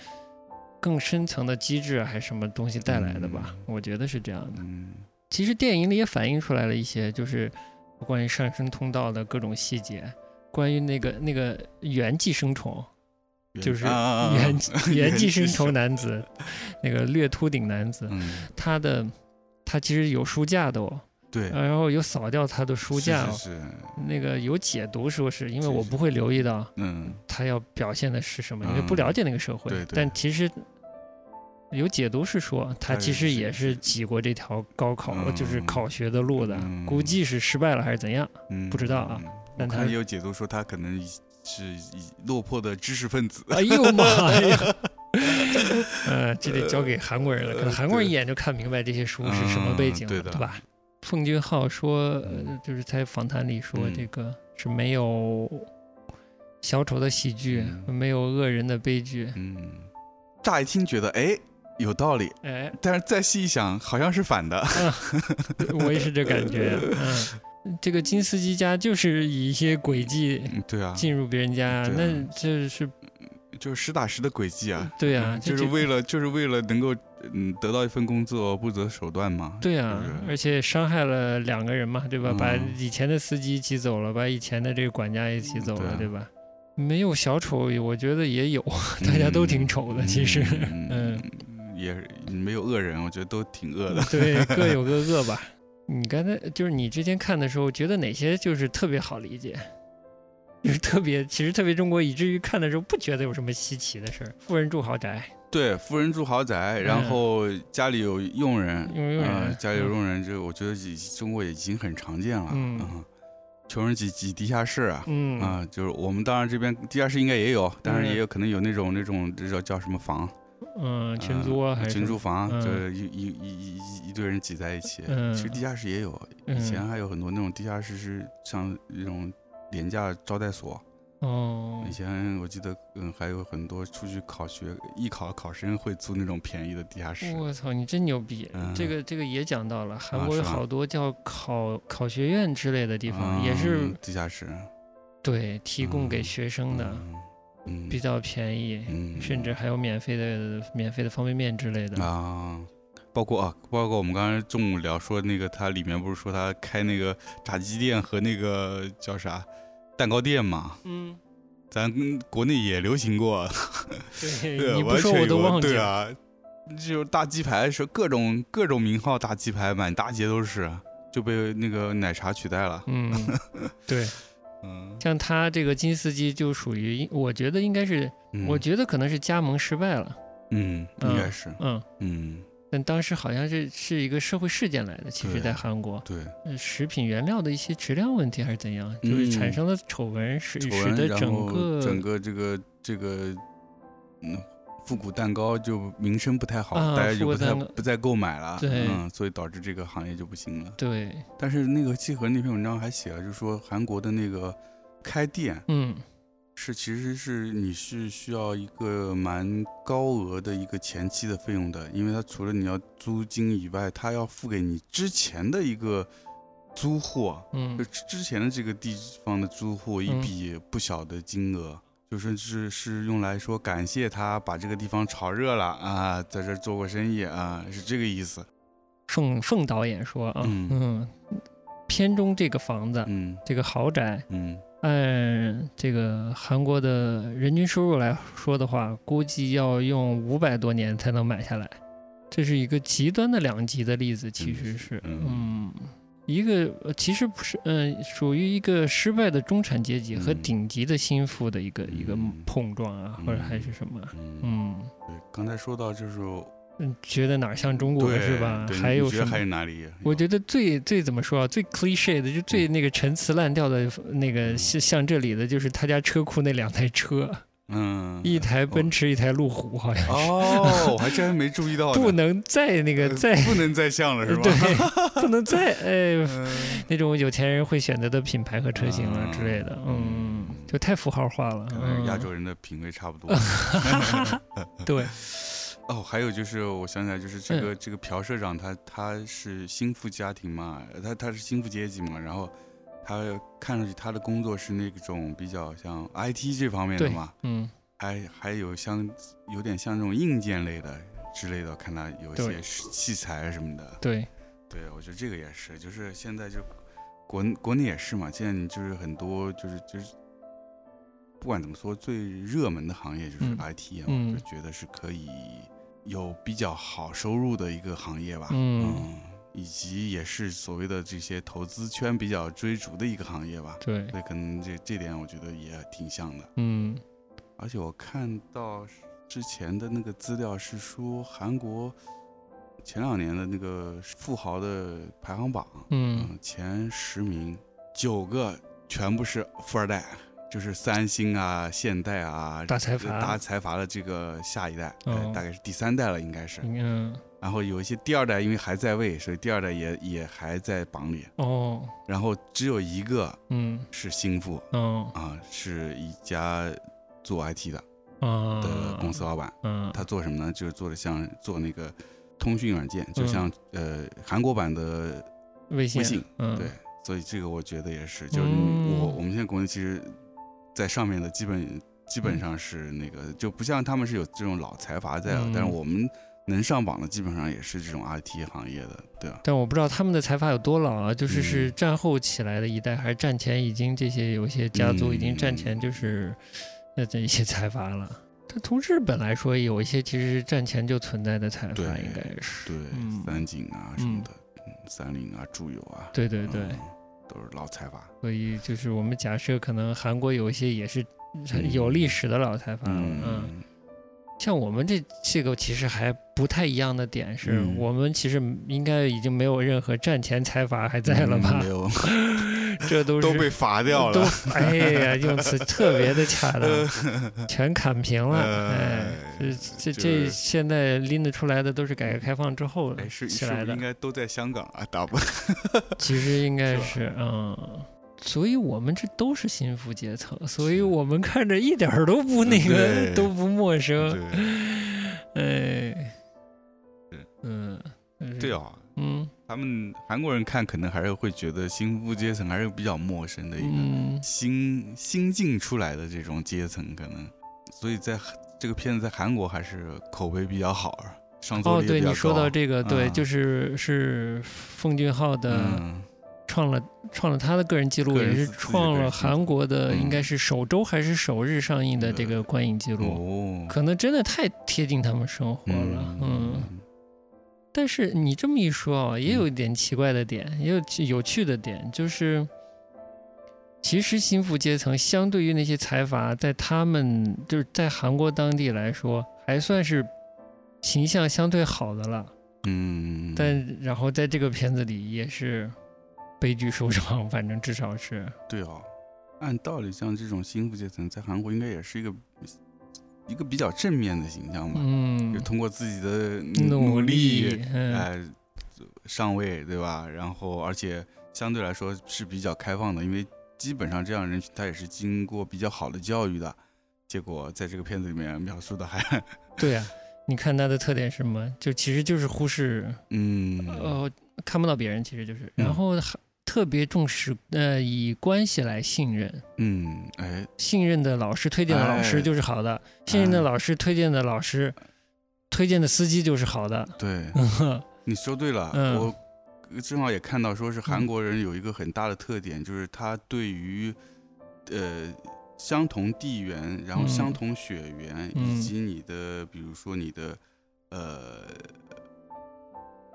更深层的机制啊还是什么东西带来的吧，我觉得是这样的。嗯其实电影里也反映出来了一些，就是关于上升通道的各种细节，关于那个那个原寄生虫，就是啊啊 啊啊原原寄生原虫寄男 子，那个略秃顶男子，嗯，他的他其实有书架的哦。对，然后有扫掉他的书架、哦，是是是，那个有解读说是因为是我是不会留意到嗯，他要表现的是什么，因为嗯不了解那个社会。对对但其实有解读是说他他其实是也是是挤过这条高考、嗯就是考学的路的，嗯估计是失败了还是怎样。不知道啊嗯，但我他看也有解读说他可能是一落魄的知识分子， 哎呦妈 呀！呃，这得交给韩国人了，可能韩国人一眼就看明白这些书是什么背景了，呃嗯对的吧？奉俊昊说，呃嗯，就是在访谈里说，嗯这个是没有小丑的喜剧，嗯没有恶人的悲剧。嗯，乍一听觉得哎有道理，哎，但是再细一想，好像是反的， 我也是这感觉。嗯，这个金斯基家就是以一些诡计嗯对啊，进入别人家，对啊那这是就是实打实的诡计啊，对啊，这就是这为了就是为了能够嗯得到一份工作不择手段嘛，对是啊不，是而且伤害了两个人嘛，对吧？嗯把以前的司机挤走了，把以前的这个管家也挤走了，对啊嗯对吧？没有小丑，我觉得也有，大家都挺丑的，其实，嗯，也没有恶人，我觉得都挺恶的。 对，各有各恶吧。你刚才就是你之前看的时候，觉得哪些就是特别好理解，就是特别其实特别中国，以至于看的时候不觉得有什么稀奇的事儿。富人住豪宅，对，富人住豪宅，嗯然后家里有佣人，因为有呃人嗯家里有佣人，这我觉得已中国也已经很常见了。啊嗯，穷人挤挤地下室啊，嗯啊，就是我们当然这边地下室应该也有，但是嗯也有可能有那种那种这叫叫什么房，嗯，群呃租啊还是群租房，嗯就是一一一一一堆人挤在一起。嗯其实地下室也有，以前还有很多那种地下室是像那种廉价招待所。哦以前我记得，嗯，还有很多出去考学艺考考生会租那种便宜的地下室。我操，你真牛逼！嗯这个这个也讲到了，韩啊国有是吧好多叫考考学院之类的地方，也嗯是地下室对提供给嗯学生的，，嗯，比较便宜，嗯，甚至还有免费的免费的方便面之类的。啊，包括啊，包括我们刚才中午聊说那个，它里面不是说它开那个炸鸡店和那个叫啥蛋糕店嘛？嗯，咱国内也流行过，对， 对，你不完说全我都有忘记对了。啊，就是大鸡排是各种各种名号大鸡排，满大街都是，就被那个奶茶取代了。嗯，对，嗯，像他这个金斯基就属于，我觉得应该是，嗯我觉得可能是加盟失败了，嗯应该是嗯，嗯但当时好像是是一个社会事件来的，其实，对啊在韩国，对呃食品原料的一些质量问题还是怎样，就是产嗯生了丑闻，使丑使闻得然整后个整个这个这个嗯复古蛋糕就名声不太好，啊大家复就古不太蛋糕不再购买了，对嗯，所以导致这个行业就不行了。对，但是那个季和那篇文章还写了，就是说韩国的那个开店。嗯是，其实是你是需要一个蛮高额的一个前期的费用的，因为它除了你要租金以外，它要付给你之前的一个租货，就嗯之之前的这个地方的租货一嗯笔不小的金额，就甚至是用来说感谢他把这个地方炒热了啊，在这儿做过生意啊，是这个意思。凤凤导演说啊，嗯嗯，片中这个房子，嗯这个豪宅，嗯按哎这个韩国的人均收入来说的话，估计要用五百多年才能买下来。这是一个极端的两极的例子，其实是，嗯嗯，一个呃其实不是，嗯、属于一个失败的中产阶级和嗯顶级的心腹的一个、一个嗯碰撞啊，或者还是什么，嗯，嗯对，刚才说到就是嗯，觉得哪儿像中国对是吧？对还你有觉什得么还有？哪里？我觉得最最怎么说啊，最 cliche 的，就最那个陈词滥调的那个嗯像像这里的，就是他家车库那两台车，嗯，一台奔驰，一台路虎，好像是、哦，我还真没注意到呢，不能再那个 呃再、不能再 像了是吧？对，不能再哎嗯那种有钱人会选择的品牌和车型了之类的，嗯，就太符号化了。可嗯、能亚洲人的品味差不多。对，哦，还有就是，我想起来，就是这个、这个朴社长他，他是心腹家庭嘛，他他是心腹阶级嘛，然后他看上去他的工作是那种比较像 IT 这方面的对嘛，嗯，还还有像有点像那种硬件类的之类的，看他有一对些是器材什么的。对，对，我觉得这个也是，就是现在就国国内也是嘛，现在你就是很多就是就是，不管怎么说，最热门的行业就是嗯 IT 啊，嗯我就觉得是可以有比较好收入的一个行业吧，嗯以及也是所谓的这些投资圈比较追逐的一个行业吧，对，所以可能这这点我觉得也挺像的，嗯而且我看到之前的那个资料是说韩国。前两年的那个富豪的排行榜，嗯嗯，前十名九个全部是富二代，就是三星啊、现代啊、大财阀大财阀的这个下一代，哦呃，大概是第三代了，应该是。嗯然后有一些第二代因为还在位，所以第二代也也还在榜里。哦然后只有一个嗯是心腹哦啊，是一家做 IT 的啊的公司老板。嗯他做什么呢？就是做的像做那个通讯软件，嗯就像、呃韩国版的微信微信嗯对，所以这个我觉得也是，就是你我我们现在国内其实，在上面的基本基嗯本上是那个，就不像他们是有这种老财阀在啊，嗯但是我们能上榜的基本上也是这种 IT 行业的，对啊吧？但我不知道他们的财阀有多老啊，就是嗯是战后起来的一代，还是战前已经这些有些家族已经嗯战前就是呃这一些财阀了。但从日本来说，有一些其实是战前就存在的财对阀，应该是对，嗯三井啊什么的，嗯三菱啊、住友啊，对对对嗯，都是老财阀。所以就是我们假设可能韩国有一些也是嗯有历史的老财阀了，嗯，像我们这这个其实还不太一样的点是，嗯我们其实应该已经没有任何战前财阀还在了吧？嗯没有， 这都是都被罚掉都了，哎呀，用词特别的恰 当，全砍平了。哎，这这呃就是这现在拎得出来的都是改革开放之后哎，是起是来不是的应，该都在香港啊？打不，其实应该是是嗯。所以我们这都是心腹阶层，所以我们看着一点儿都不那嗯对个，都不陌生。对哎是，嗯，但是 对，啊，嗯他们韩国人看可能还是会觉得新富阶层还是比较陌生的一个嗯，新新进出来的这种阶层，可能，所以在这个片子在韩国还是口碑比较好啊，上座哦，率也对比较你说高到这个，对，嗯就是是奉俊昊的嗯，创了创了他的个人记录，个人也是自己的创个了人记录韩国的嗯应该是首周还是首日上映的这对个观影记录，哦，可能真的太贴近他们生活了，嗯。但是你这么一说啊，也嗯有一点奇怪的点，也有趣有趣的点，就是其实心腹阶层相对于那些财阀，在他们就是在韩国当地来说，还算是形象相对好的了。嗯，但然后在这个片子里也是悲剧收场，反正至少是对哦，按道理像这种新富阶层在韩国应该也是一个一个比较正面的形象吧，嗯就，通过自己的努力，嗯，呃，上位对吧？然后而且相对来说是比较开放的，因为基本上这样的人群他也是经过比较好的教育的。结果在这个片子里面描述的还， 对啊，你看它的特点是什么？就其实就是忽视嗯，呃，看不到别人，其实就是，嗯然后还特别重视呃以关系来信任，嗯，哎，信任的老师推荐的老哎师就是好的，信任的哎老师推荐的老师，推荐的司机就是好的，对，你说对了，嗯我正好也看到，说是韩嗯国人有一个很大的特点，就是他对于呃相同地缘，然后嗯相同血缘，以嗯及你的比如说你的呃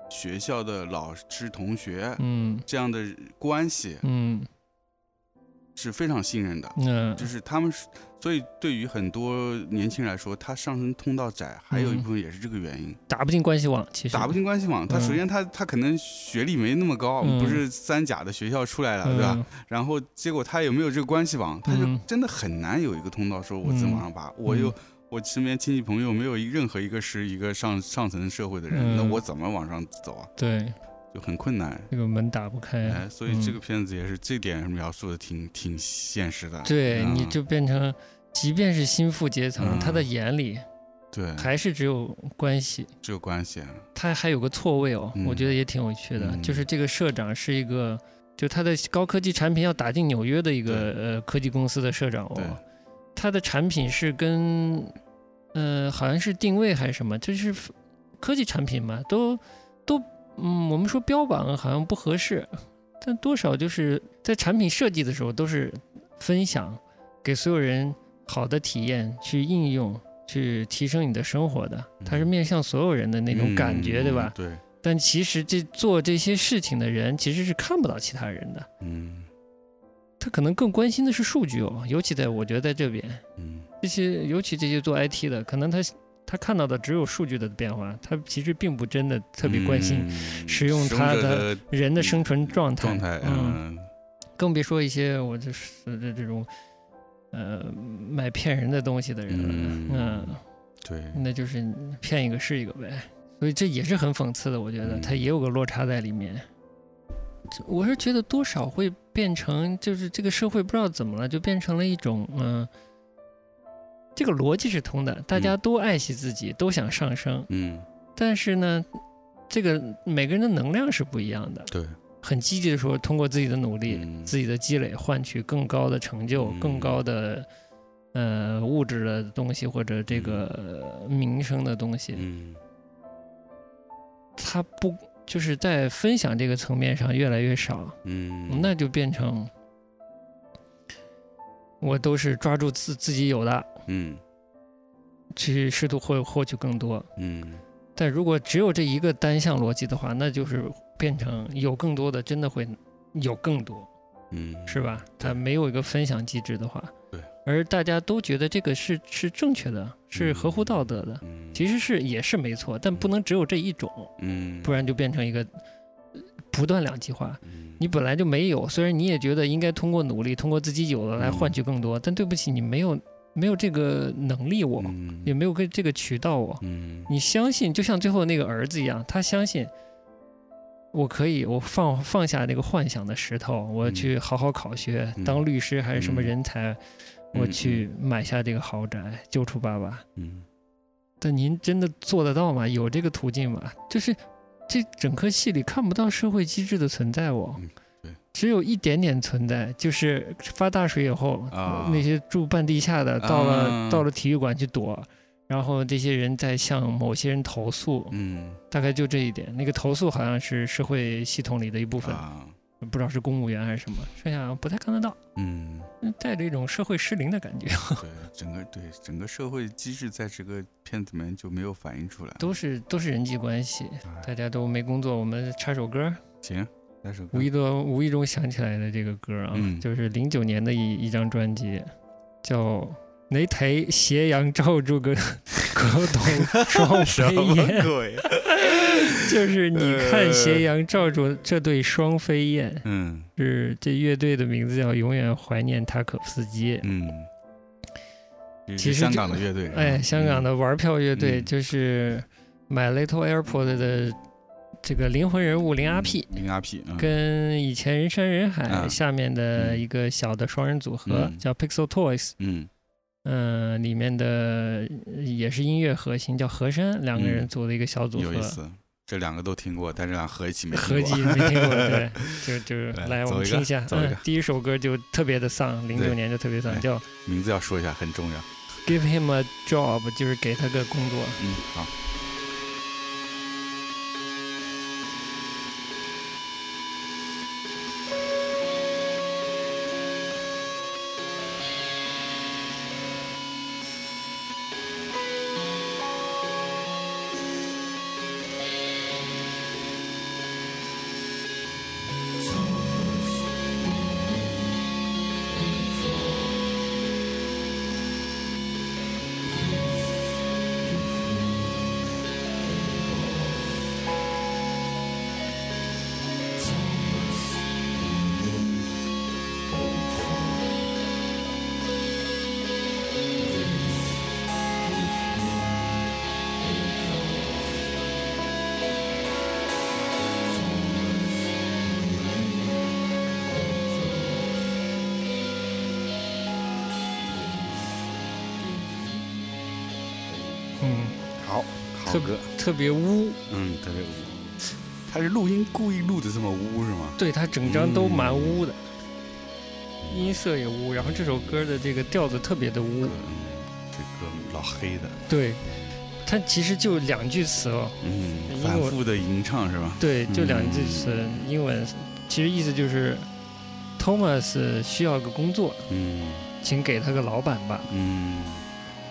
学校的老师同学 嗯这样的关系嗯是非常信任的。嗯就是他们是，所以对于很多年轻人来说，他上升通道窄，还有一嗯部分也是这个原因。打不进关系网，其实打不进关系网，他首嗯先他他可能学历没那么高，嗯不是三甲的学校出来了，嗯对吧？然后结果他也没有这个关系网，他就嗯真的很难有一个通道，说我怎么往上爬，我又嗯我身边亲戚朋友没有一任何一个是一个上上层社会的人，嗯那我怎么往上走啊？对就很困难。这个门打不开，哎，所以这嗯个片子也是这点描述的挺挺现实的。对嗯你就变成，即便是心腹阶层，他的嗯眼里对，还是只有关系。这个关系啊，他还有个错位哦，嗯我觉得也挺有趣的，嗯就是这个社长是一个，就他的高科技产品要打进纽约的一个呃科技公司的社长对哦，他的产品是跟，呃，好像是定位还是什么，就是科技产品嘛，都都嗯，我们说标榜好像不合适，但多少就是在产品设计的时候都是分享给所有人好的体验，去应用，去提升你的生活的，它是面向所有人的那种感觉，嗯对吧？对，但其实这做这些事情的人其实是看不到其他人的，嗯他可能更关心的是数据哦，尤其在我觉得在这边，嗯这些尤其这些做 IT 的，可能他他看到的只有数据的变化，他其实并不真的特别关心嗯使用者它的的人的生存状态，状态，嗯，嗯更别说一些我就是这这种。呃，卖骗人的东西的人了，嗯嗯对，那就是骗一个是一个呗。所以这也是很讽刺的，我觉得嗯它也有个落差在里面。这我是觉得多少会变成，就是这个社会不知道怎么了，就变成了一种嗯、这个逻辑是通的，大家都爱惜自己，都想上升，嗯，但是呢，这个每个人的能量是不一样的。对，很积极的说，通过自己的努力、嗯自己的积累，换取更高的成就、嗯更高的呃物质的东西或者这个、呃名声的东西。嗯他不就是在分享这个层面上越来越少，嗯，那就变成我都是抓住自自己有的嗯去试图获获取更多。嗯但如果只有这一个单向逻辑的话，那就是变成有更多的真的会有更多。嗯，是？吧？对它没有一个分享机制的话，对，而大家都觉得这个是是正确的，是合乎道德的，嗯，其实是也是没错，但不能只有这一种，嗯，不然就变成一个呃不断两极化。嗯你本来就没有，虽然你也觉得应该通过努力，通过自己有的来换嗯取更多，但对不起，你没有没有这个能力我，嗯也没有个这个渠道我。嗯你相信，就像最后那个儿子一样，他相信我可以，我放放下那个幻想的石头，我嗯去好好考学，嗯当律师还是什么嗯人才，我嗯去买下这个豪宅，救出爸爸。嗯但您真的做得到吗？有这个途径吗？就是这整颗戏里看不到社会机制的存在哦，嗯对只有一点点存在，就是发大水以后，啊那些住半地下的到了、啊到了体育馆去躲，然后这些人在向某些人投诉，嗯大概就这一点。那个投诉好像是社会系统里的一部分，啊不知道是公务员还是什么，剩下不太看得到，嗯，带着一种社会失灵的感觉，对，整个对整个社会机制在这个片子里面就没有反映出来。都是都是人际关系，哎大家都没工作，我们插首歌。行，来首歌 无。意中无意中想起来的这个歌啊，嗯就是零九年的一一张专辑，叫。哪台斜阳照住 个古 董双飞燕，鬼？就是你呃看斜阳照住这对双飞燕，嗯是这乐队的名字叫永远怀念塔可夫斯基。嗯，这是其实香这港的乐队，哎，香港的玩票乐队嗯就是《My Little Airport》的这个灵魂人物林阿 P，零 RP，嗯跟以前人山人海啊下面的嗯一个小的双人组合嗯叫 Pixel Toys，嗯嗯、里面的呃也是音乐核心叫和声，两个人嗯组的一个小组有意合，思。这两个都听过，但这俩合一起没合听集过。没听过，对，就就是来来走我们一个听一下，走一嗯个，第一首歌就特别的丧，零九对年就特别丧，哎叫 名字要说一下，很重要。 Give Him a Job，就是给他个工作。嗯，好。嗯，好，好特歌，特别污，嗯，特别污。他是录音故意录的这么污是吗？对他整张都蛮污的，嗯音色也污，然后这首歌的这个调子特别的污嗯，，这歌老黑的，对，他其实就两句词哦。嗯，因为反我复的吟唱是吧？对，就两嗯句词，英文，其实意思就是，Thomas 需要个工作，嗯请给他个老板吧。嗯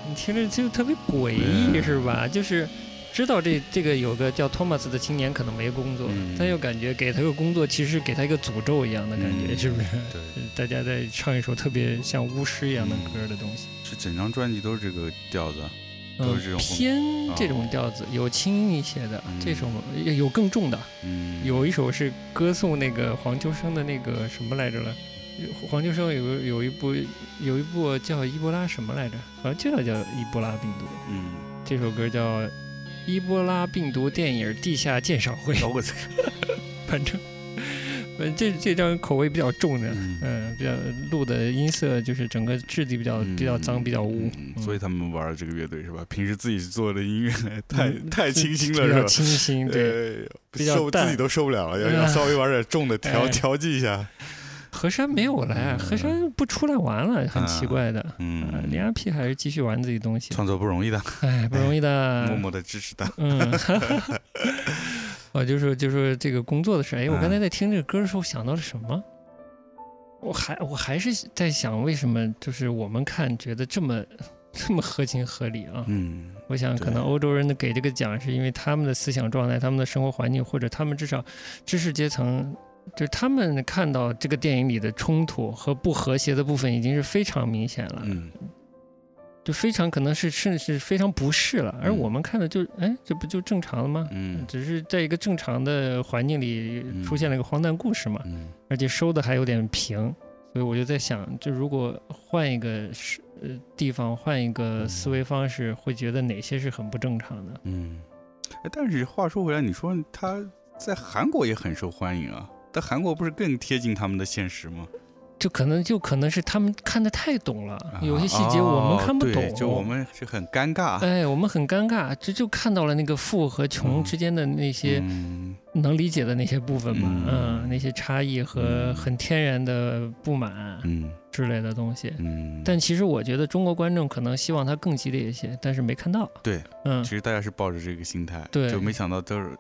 你听着就特别诡异，嗯是吧？就是知道这这个有个叫 Thomas 的青年可能没工作，嗯但又感觉给他个工作，其实给他一个诅咒一样的感觉，嗯是不是？对，大家在唱一首特别像巫师一样的歌的东西，这整张专辑都是这个调子啊。都嗯是这，种偏这种哦调子，有轻一些的，嗯这首有更重的，嗯，有一首是歌颂那个黄秋生的那个什么来着了？黄秋生有个有一部有一部叫伊波拉什么来着？好像就叫叫伊波拉病毒。嗯，这首歌叫《伊波拉病毒电影地下鉴赏会》， 摇滚这反正呃这这张口味比较重的，嗯嗯，比较录的音色就是整个质地比较 比较脏，比较污，嗯所以他们玩这个乐队是吧？平时自己做的音乐太嗯太清新 比了是较吧？清 新，对，对，比较受淡自己都受不了 了，要嗯要稍微玩点重的调哎调剂一下。何山没有来，嗯何山不出来玩了，很奇怪的。啊，林嗯，阿 P 还是继续玩自己东西，创作不容易的，哎，不容易的。默默的支持他。嗯， 我就说就说这个工作的事。哎，我嗯刚才在听这个歌的时候想到了什么？我还我还是在想，为什么就是我们看觉得这么这么合情合理啊？嗯我想可对能欧洲人的给这个奖，是因为他们的思想状态、他们的生活环境，或者他们至少知识阶层。就是他们看到这嗯个电影里的冲突和不和谐的部分已经是非常明显了，嗯就非常可能是甚至非常不适了，而嗯我们看的就哎，这不就正常了吗？嗯只是在一个正常的环境里嗯出现了一个荒诞故事嘛，嗯而且收的还有点平，所以我就在想，就如果换一个是呃地方，换一个思维方式，会觉得哪些是很不正常的？嗯。哎，但是话说回来，你说他在韩国也很受欢迎啊，但韩国不是更贴近他们的现实吗？就可能就可能是他们看得太懂了，啊有些细节我们看不哦懂，对就我们是很尴尬。哎，我们很尴尬，这就看到了那个富和穷嗯之间的那些嗯能理解的那些部分嘛，嗯嗯，那些差异和嗯很天然的不满嗯之类的东西。嗯，但其实我觉得中国观众可能希望它更激烈一些，但是没看到。对，嗯其，实大家是抱着这个心态，对呃就没想到都是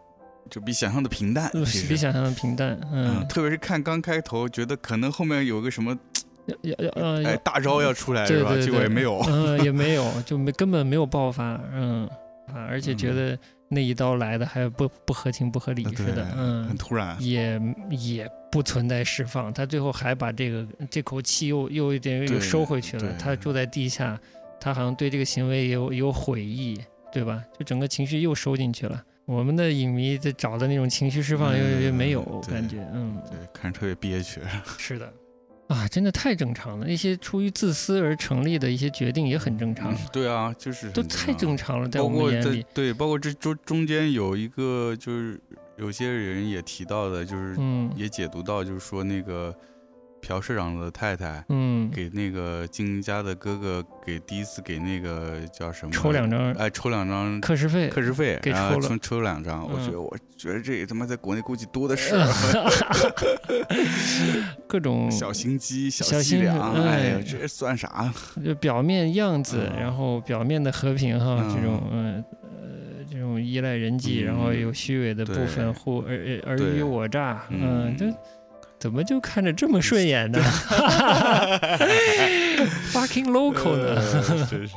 就比想象的平淡，其实比想象的平淡。嗯，嗯，特别是看刚开头，觉得可能后面有个什么要要要呃，哎要大招要出来对是吧？对对，结果也没有。嗯，也没有，就没根本没有爆发，嗯啊，而且觉得那一刀来的还不不合情不合理嗯啊似对的，嗯很，突然，也也不存在释放，他最后还把这个这口气又又一点又对收回去了对。他住在地下，他好像对这个行为有有悔意，对吧？就整个情绪又收进去了。我们的影迷在找的那种情绪释放又嗯又没有对感觉，嗯，对，看着特别憋屈。 是的，啊，真的太正常了。一些出于自私而成立的一些决定也很正常，对啊，就是都很太正常了，在我包们括眼在里，对，包括这中中间有一个就是有些人也提到的，就是嗯也解读到，就是说那个朴社长的太太嗯，给那个金家的哥哥给第一次给那个叫什么抽两张哎抽两张课时费，课时费，给然抽后了抽抽两张，我嗯呃觉得我觉得这他妈在国内估计多的是， 各种 小心机、小小伎心俩，哎哎呀，这算啥？就表面样子，嗯然后表面的和平哈，嗯这种嗯呃这种依赖人际，嗯然后有虚伪的部对分，互尔尔尔对虞我诈，嗯 嗯，就怎么就看着这么顺眼呢？fucking local 呢？ 呃真是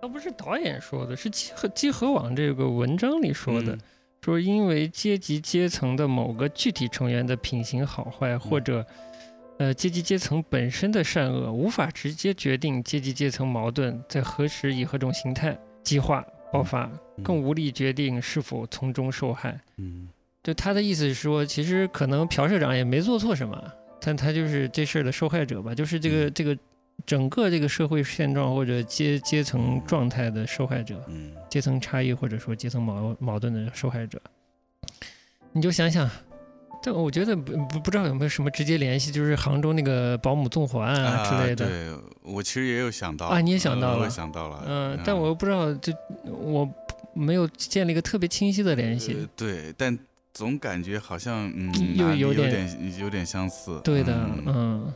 倒不是导演说的，是集合集合网这个文章里说的。嗯说因为阶级阶层的某个具体成员的品行好坏，或者呃阶级阶层本身的善恶，无法直接决定阶级阶层矛盾在何时以何种形态激化爆发，更无力决定是否从中受害。嗯就他的意思是说，其实可能朴社长也没做错什么，但他就是这事儿的受害者吧，就是这个、嗯这个整个这个社会现状或者阶阶层状态的受害者。嗯阶层差异或者说阶层矛矛盾的受害者。你就想想，但我觉得不不不知道有没有什么直接联系，就是杭州那个保姆纵火案啊之类的。对我其实也有想到啊你也想到呃我了也想到了，嗯、但我又不知道，就我没有建立一个特别清晰的联系。呃对，但总感觉好像嗯，又哪里有有点点有点相似，对的，嗯嗯，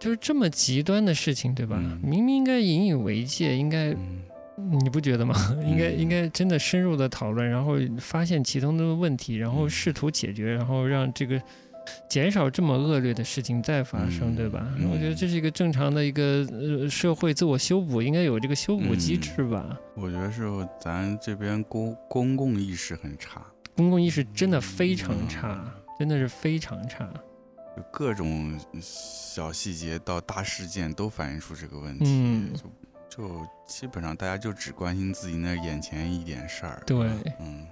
就是这么极端的事情，对吧？嗯明明应该引以为戒，应该嗯你不觉得吗？ 应该嗯应该真的深入的讨论，然后发现其中的问题，然后嗯试图解决，然后让这个减少这么恶劣的事情再发生，嗯对吧？嗯我觉得这是一个正常的一个呃社会自我修补，应该有这个修补嗯机制吧。我觉得是咱这边公公共意识很差，公共意识真的非嗯常差，真的是非常差。就各种小细节到大事件都反映出这个问题，嗯就就基本上大家就只关心自己那眼前一点事儿。对嗯，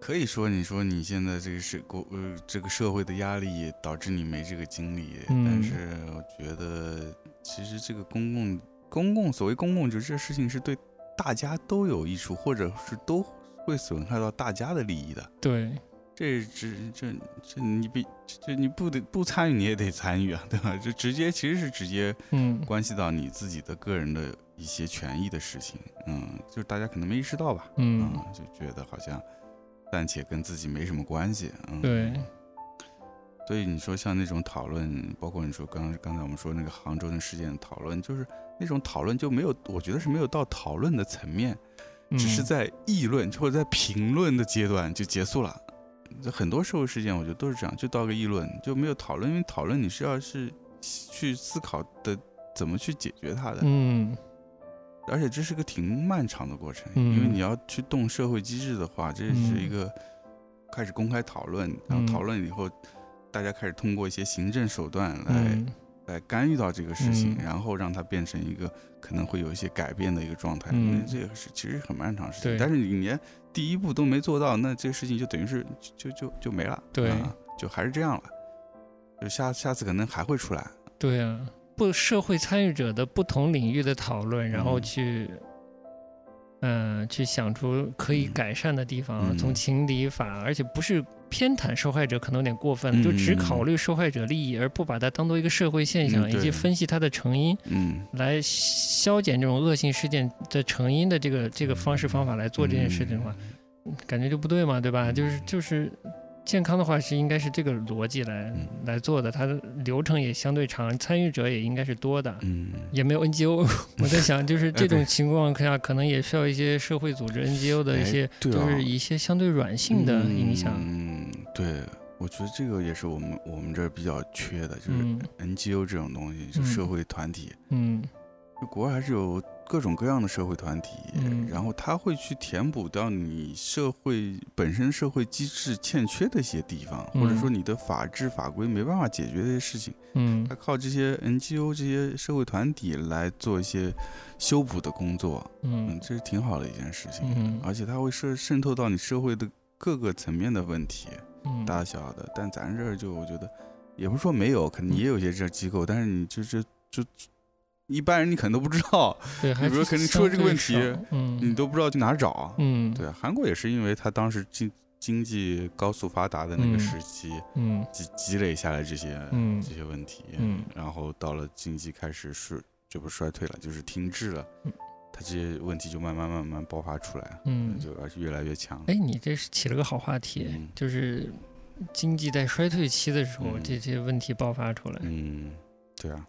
可以说你说你现在这个社国呃这个社会的压力导致你没这个精力，嗯但是我觉得其实这个公共公共所谓公共，就是这事情是对大家都有益处，或者是都会损害到大家的利益的。对，这只这这你必这这你不得不参与你也得参与啊，对吧？这直接其实是直接嗯，关系到你自己的个人的一些权益的事情，嗯，就是大家可能没意识到吧，嗯嗯，就觉得好像暂且跟自己没什么关系，嗯，对。所以你说像那种讨论，包括你说刚刚才我们说那个杭州那事件的讨论，就是那种讨论就没有，我觉得是没有到讨论的层面，嗯只是在议论或者在评论的阶段就结束了。这很多社会事件，我觉得都是这样，就到个议论，就没有讨论，因为讨论你是要是去思考的怎么去解决它的，嗯而且这是个挺漫长的过程，嗯因为你要去动社会机制的话，这是一个开始公开讨论，然后嗯讨论以后，大家开始通过一些行政手段来嗯来干预到这个事情，嗯然后让它变成一个可能会有一些改变的一个状态。嗯那这个是其实很漫长的事情，对但是你连第一步都没做到，那这个事情就等于是就就就没了，对啊就还是这样了。就下下次可能还会出来，对啊，不社会参与者的不同领域的讨论，然后嗯去，嗯、去想出可以嗯改善的地方，嗯从情理法，而且不是偏袒受害者，可能有点过分了，就只嗯嗯嗯考虑受害者利益，而不把它当做一个社会现象，嗯以及对分析它的成因，嗯，来消减这种恶性事件的成因的这个这个方式方法来做这件嗯事情的话，感觉就不对嘛，对吧？就是就是健康的话是应该是这个逻辑来、嗯来做的，它的流程也相对长，参与者也应该是多的。嗯，也没有 NGO，我 在想，就是这种情况下，可能也需要一些社会组织 NGO 的一些，哎对啊就是一些相对软性的影响。嗯，对，我觉得这个也是我们我们这儿比较缺的，就是嗯 NGO 这种东西，就嗯社会团体，嗯就国外还是有各种各样的社会团体，嗯然后他会去填补到你社会本身社会机制欠缺的一些地方，嗯或者说你的法制法规没办法解决的一些事情，嗯他靠这些 NGO 这些社会团体来做一些修补的工作，嗯，嗯这是啊挺好的一件事情，嗯而且它会渗渗透到你社会的各个层面的问题，嗯，大小的，但咱这儿就我觉得，也不是说没有，可嗯能也有一些这机构，但是你就这就一般人你可能都不知道，对，还比是如说可能出了这个问题相对少，你嗯都不知道去哪儿找。嗯对，啊韩国也是因为他当时经经济高速发达的那个时期，嗯积积累下来这些、嗯这些问题，嗯然后到了经济开始衰，就不是衰退了，就是停滞了嗯，他这些问题就慢慢慢慢爆发出来，嗯，就而且越来越强。哎，你这是起了个好话题，嗯就是经济在衰退期的时候，嗯这些问题爆发出来。嗯，对啊，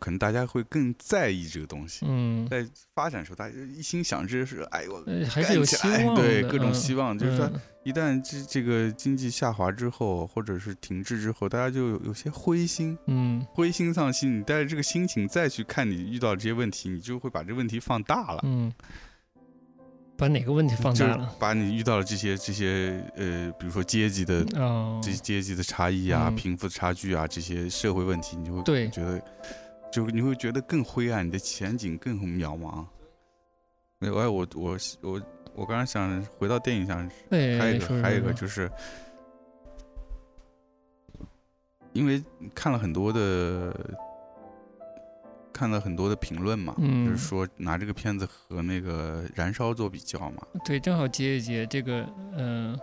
可能大家会更在意这个东西。嗯，在发展的时候，大家一心想着是，哎我呃还是有干起希来望的，对各种希望，望，就是说嗯一旦这这个经济下滑之后，或者是停滞之后，大家就有有些灰心，嗯灰心丧气。你带着这个心情再去看你遇到这些问题，你就会把这问题放大了，嗯，把哪个问题放就大是了？把你遇到的这些这些呃，比如说阶级的哦，这阶级的差异啊、嗯贫富差距啊这些社会问题，你就会对觉得，就你会觉得更灰暗，你的前景更渺茫。没有，哎，我我我我刚刚想回到电影上，对，还有一哎说个还有一个说就是，因为看了很多的看了很多的评论嘛，嗯就是说拿这个片子和那个《燃烧》做比较嘛，对，正好接一接这个，嗯、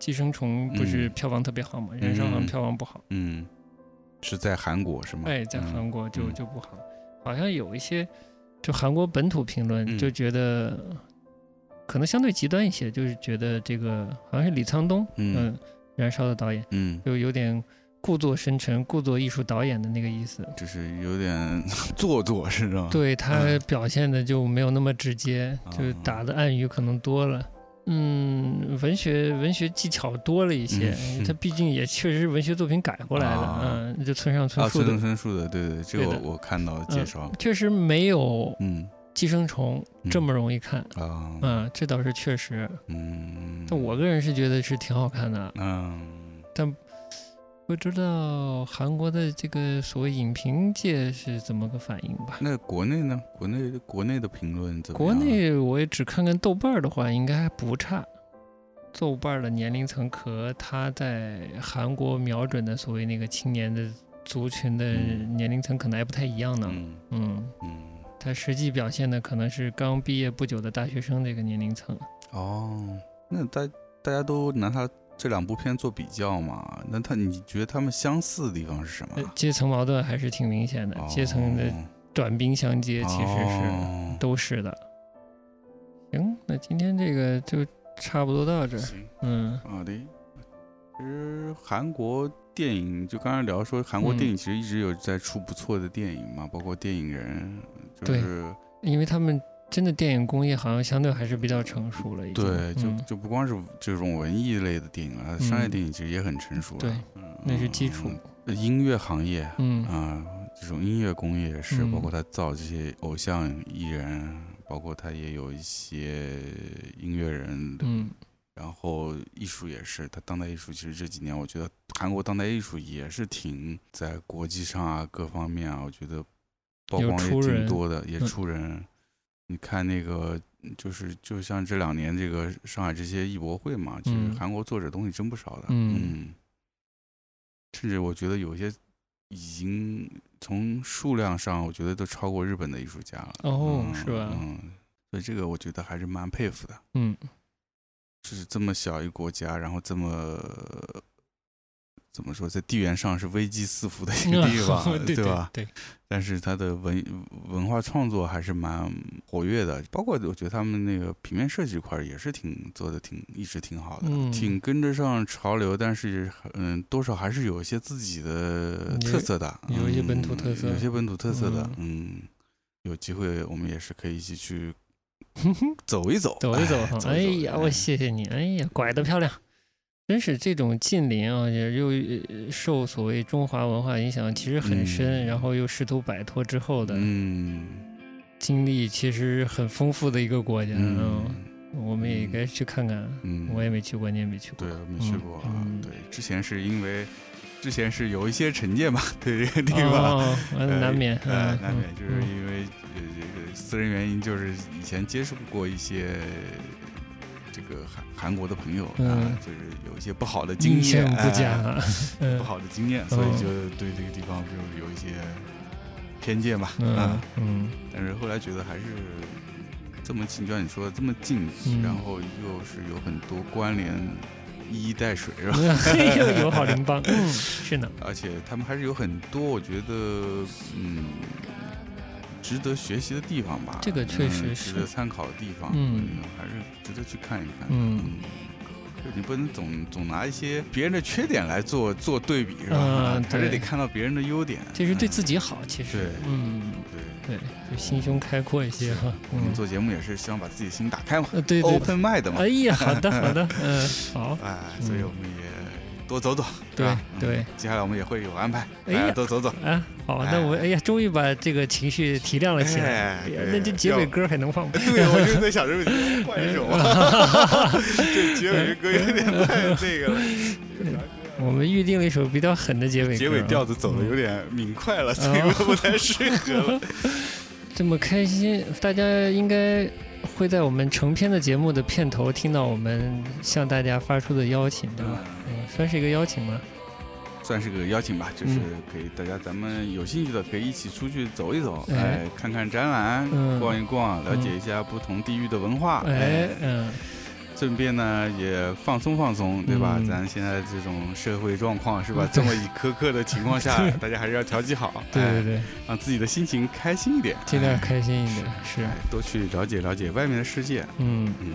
寄生虫不是嗯票房特别好嘛，燃烧好像嗯票房不好，嗯，是在韩国是吗？哎，在嗯韩国就、嗯就不好，好像有一些就韩国本土评论嗯就觉得、可能相对极端一些，就是觉得这个好像是李沧东，嗯嗯、燃烧的导演嗯。就有点故作深沉、故作艺术导演的那个意思。就是有点 做作，是吧？，对他嗯表现的就没有那么直接，就是啊打的暗语可能多了。嗯，文学文学技巧多了一些，嗯他毕竟也确实是文学作品改过来的，啊嗯，就村上啊，春树村的，上春树的，对对，这个对的嗯我我看到介绍，确实没有嗯，寄生虫嗯这么容易看，啊，嗯，这倒是确实。嗯，但我个人是觉得是挺好看的，嗯，但不知道韩国的这个所谓影评界是怎么个反应吧。那国内呢？国内国内的评论怎么国样啊？内我也只看看豆瓣儿的话，应该还不差。豆瓣儿的年龄层和他在韩国瞄准的所谓那个青年的族群的嗯年龄层可能还不太一样呢。嗯嗯，嗯，他实际表现的可能是刚毕业不久的大学生这个年龄层。哦，那大大家都拿他这两部片做比较嘛？那他你觉得他们相似的地方是什么呃？阶层矛盾还是挺明显的，啊哦哎阶层的短兵相接其实是、哦都是的。行，那今天这个就差不多到这儿。行嗯好的，其实韩国电影就刚才聊说，韩国嗯电影其实一直有在出不错的电影嘛，包括电影人，就对是因为他们真的电影工业好像相对还是比较成熟了，已经。对，就、嗯就不光是这种文艺类的电影了，商业电影其实也很成熟了。对嗯，那是基础。嗯音乐行业啊、嗯这种音乐工业也是，嗯包括他造这些偶像艺人，包括他也有一些音乐人的嗯然后艺术也是，它当代艺术其实这几年，我觉得韩国当代艺术也是挺在国际上啊各方面啊，我觉得曝有光也出挺人多的，也嗯出人。你看那个，就是就像这两年这个上海这些艺博会嘛，其实嗯韩国作者东西真不少的，嗯嗯，甚至我觉得有些已经从数量上，我觉得都超过日本的艺术家了。哦嗯是吧嗯，所以这个我觉得还是蛮佩服的。嗯就是这么小一国家，然后这么呃怎么说，在地缘上是危机四伏的一个地方， 嗯对吧？对，但是它的文文化创作还是蛮活跃的，包括我觉得他们那个平面设计块儿也是挺做的挺一直挺好的，嗯 挺跟得上潮流，但是嗯，多少还是有一些自己的有特色的，有一些本土嗯特色有些本土特色的，嗯，有机会我们也是可以一起去走一走，走一走哎哈。走哎一呀，走我哎谢谢你，哎呀，拐得漂亮。真是这种近邻啊，也又呃受所谓中华文化影响，其实很深，嗯然后又试图摆脱之后的嗯经历，其实很丰富的一个国家。嗯，我们也嗯该去看看。嗯，我也没去过，你也没去过对。没去过啊嗯。对，之前是因为之前是有一些成见吧，对这个地方， 哦，呃呃难免，呃，嗯难免就是嗯因为呃这个私人原因，就是以前接触过一些。这个韩韩国的朋友啊嗯，就是有一些不好的经印验象，不佳哎，嗯 不好的经验，所以嗯就对这个地方就是有一些偏见吧。嗯啊，嗯 但是后来觉得还是这么近，就像你说的这么近，嗯然后又是有很多关联，一衣带水是吧？嗯，又友好邻邦，嗯，是呢，而且他们还是有很多我觉得嗯值得学习的地方吧，这个确实嗯是值得参考的地方，嗯，还是值得去看一看，嗯就你不能总总拿一些别人的缺点来做做对比是吧？嗯还是得对看到别人的优点。这是对嗯自己好，其实对，嗯，对，对，就心胸开阔一些哈，我们嗯，做节目也是希望把自己的心打开嘛呃，对对， ，open mind 嘛哎。呀，好的好 的，嗯，好，哎，所以嗯我们也多走走，是对吧嗯对，接下来我们也会有安排，哎大家呀多走走。啊，好，那我哎呀，终于把这个情绪提亮了起来，哎哎呀对那这结尾要歌还能放吗？对，啊我就在想这个问题换一首 吧，啊这结尾歌有点太那个了，我们预定了一首比较狠的结尾歌啊，结尾调子走的有点明快了，所以我不太适合了。这么开心，大家应该会在我们成片的节目的片头听到我们向大家发出的邀请，对吧？嗯，算是一个邀请吗？ 算是个邀请吧，就是嗯给大家，咱们有兴趣的可以一起出去走一走，哎哎，看看展览，嗯逛一逛，了解一下不同地域的文化，哎，嗯，顺便呢也放松放松，对吧？嗯咱现在这种社会状况 是吧？这么一苛刻的情况下，大家还是要调剂好，对对哎，对，让自己的心情开心一点，尽量哎开心一点，是，哎多去了解了解外面的世界，嗯嗯，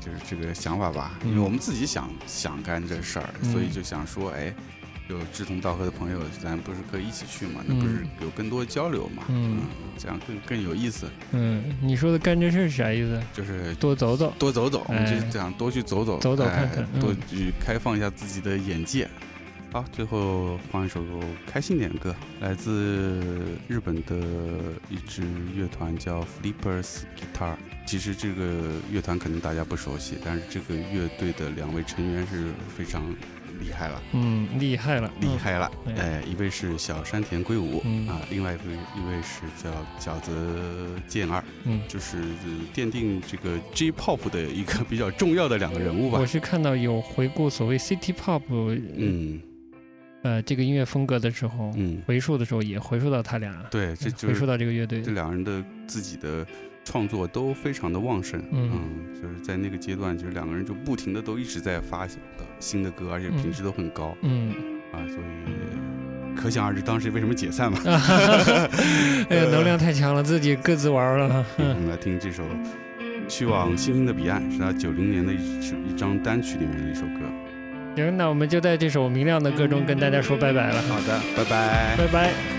就是这个想法吧。嗯因为我们自己想想干这事儿，嗯所以就想说，哎，有志同道合的朋友，咱不是可以一起去嘛？那不是有更多交流嘛？嗯，这样更更有意思，嗯，你说的干这事儿是啥意思？就是。多走走，多走走，我们哎就想多去走走，走走哎看看嗯多去开放一下自己的眼界。好，最后放一首开心点的歌，来自日本的一支乐团叫 Flippers Guitar。其实这个乐团可能大家不熟悉，但是这个乐队的两位成员是非常厉害了，嗯，厉害了，厉害了。嗯哎，一位是小山田圭吾、嗯啊，另外一位一位是叫小泽健二。嗯，嗯。就是呃奠定这个 J-pop 的一个比较重要的两个人物吧我。是看到有回顾所谓 City Pop，嗯呃，这个音乐风格的时候，嗯，回溯的时候也回溯到他俩，对，这就回溯是到这个乐队这，两人的自己的创作都非常的旺盛。嗯嗯，就是在那个阶段，就是两个人就不停的都一直在发行呃新的歌，而且品质都很高嗯， 啊，所以可想而知当时为什么 解散嘛。啊哈哈！哎呀，能量太强了，自己各自玩了。我嗯们来听这首《去往星星的彼岸》，是他九零年的一首一张单曲里面的一首歌。行，那我们就在这首明亮的歌中跟大家说拜拜了，好的，拜拜拜拜。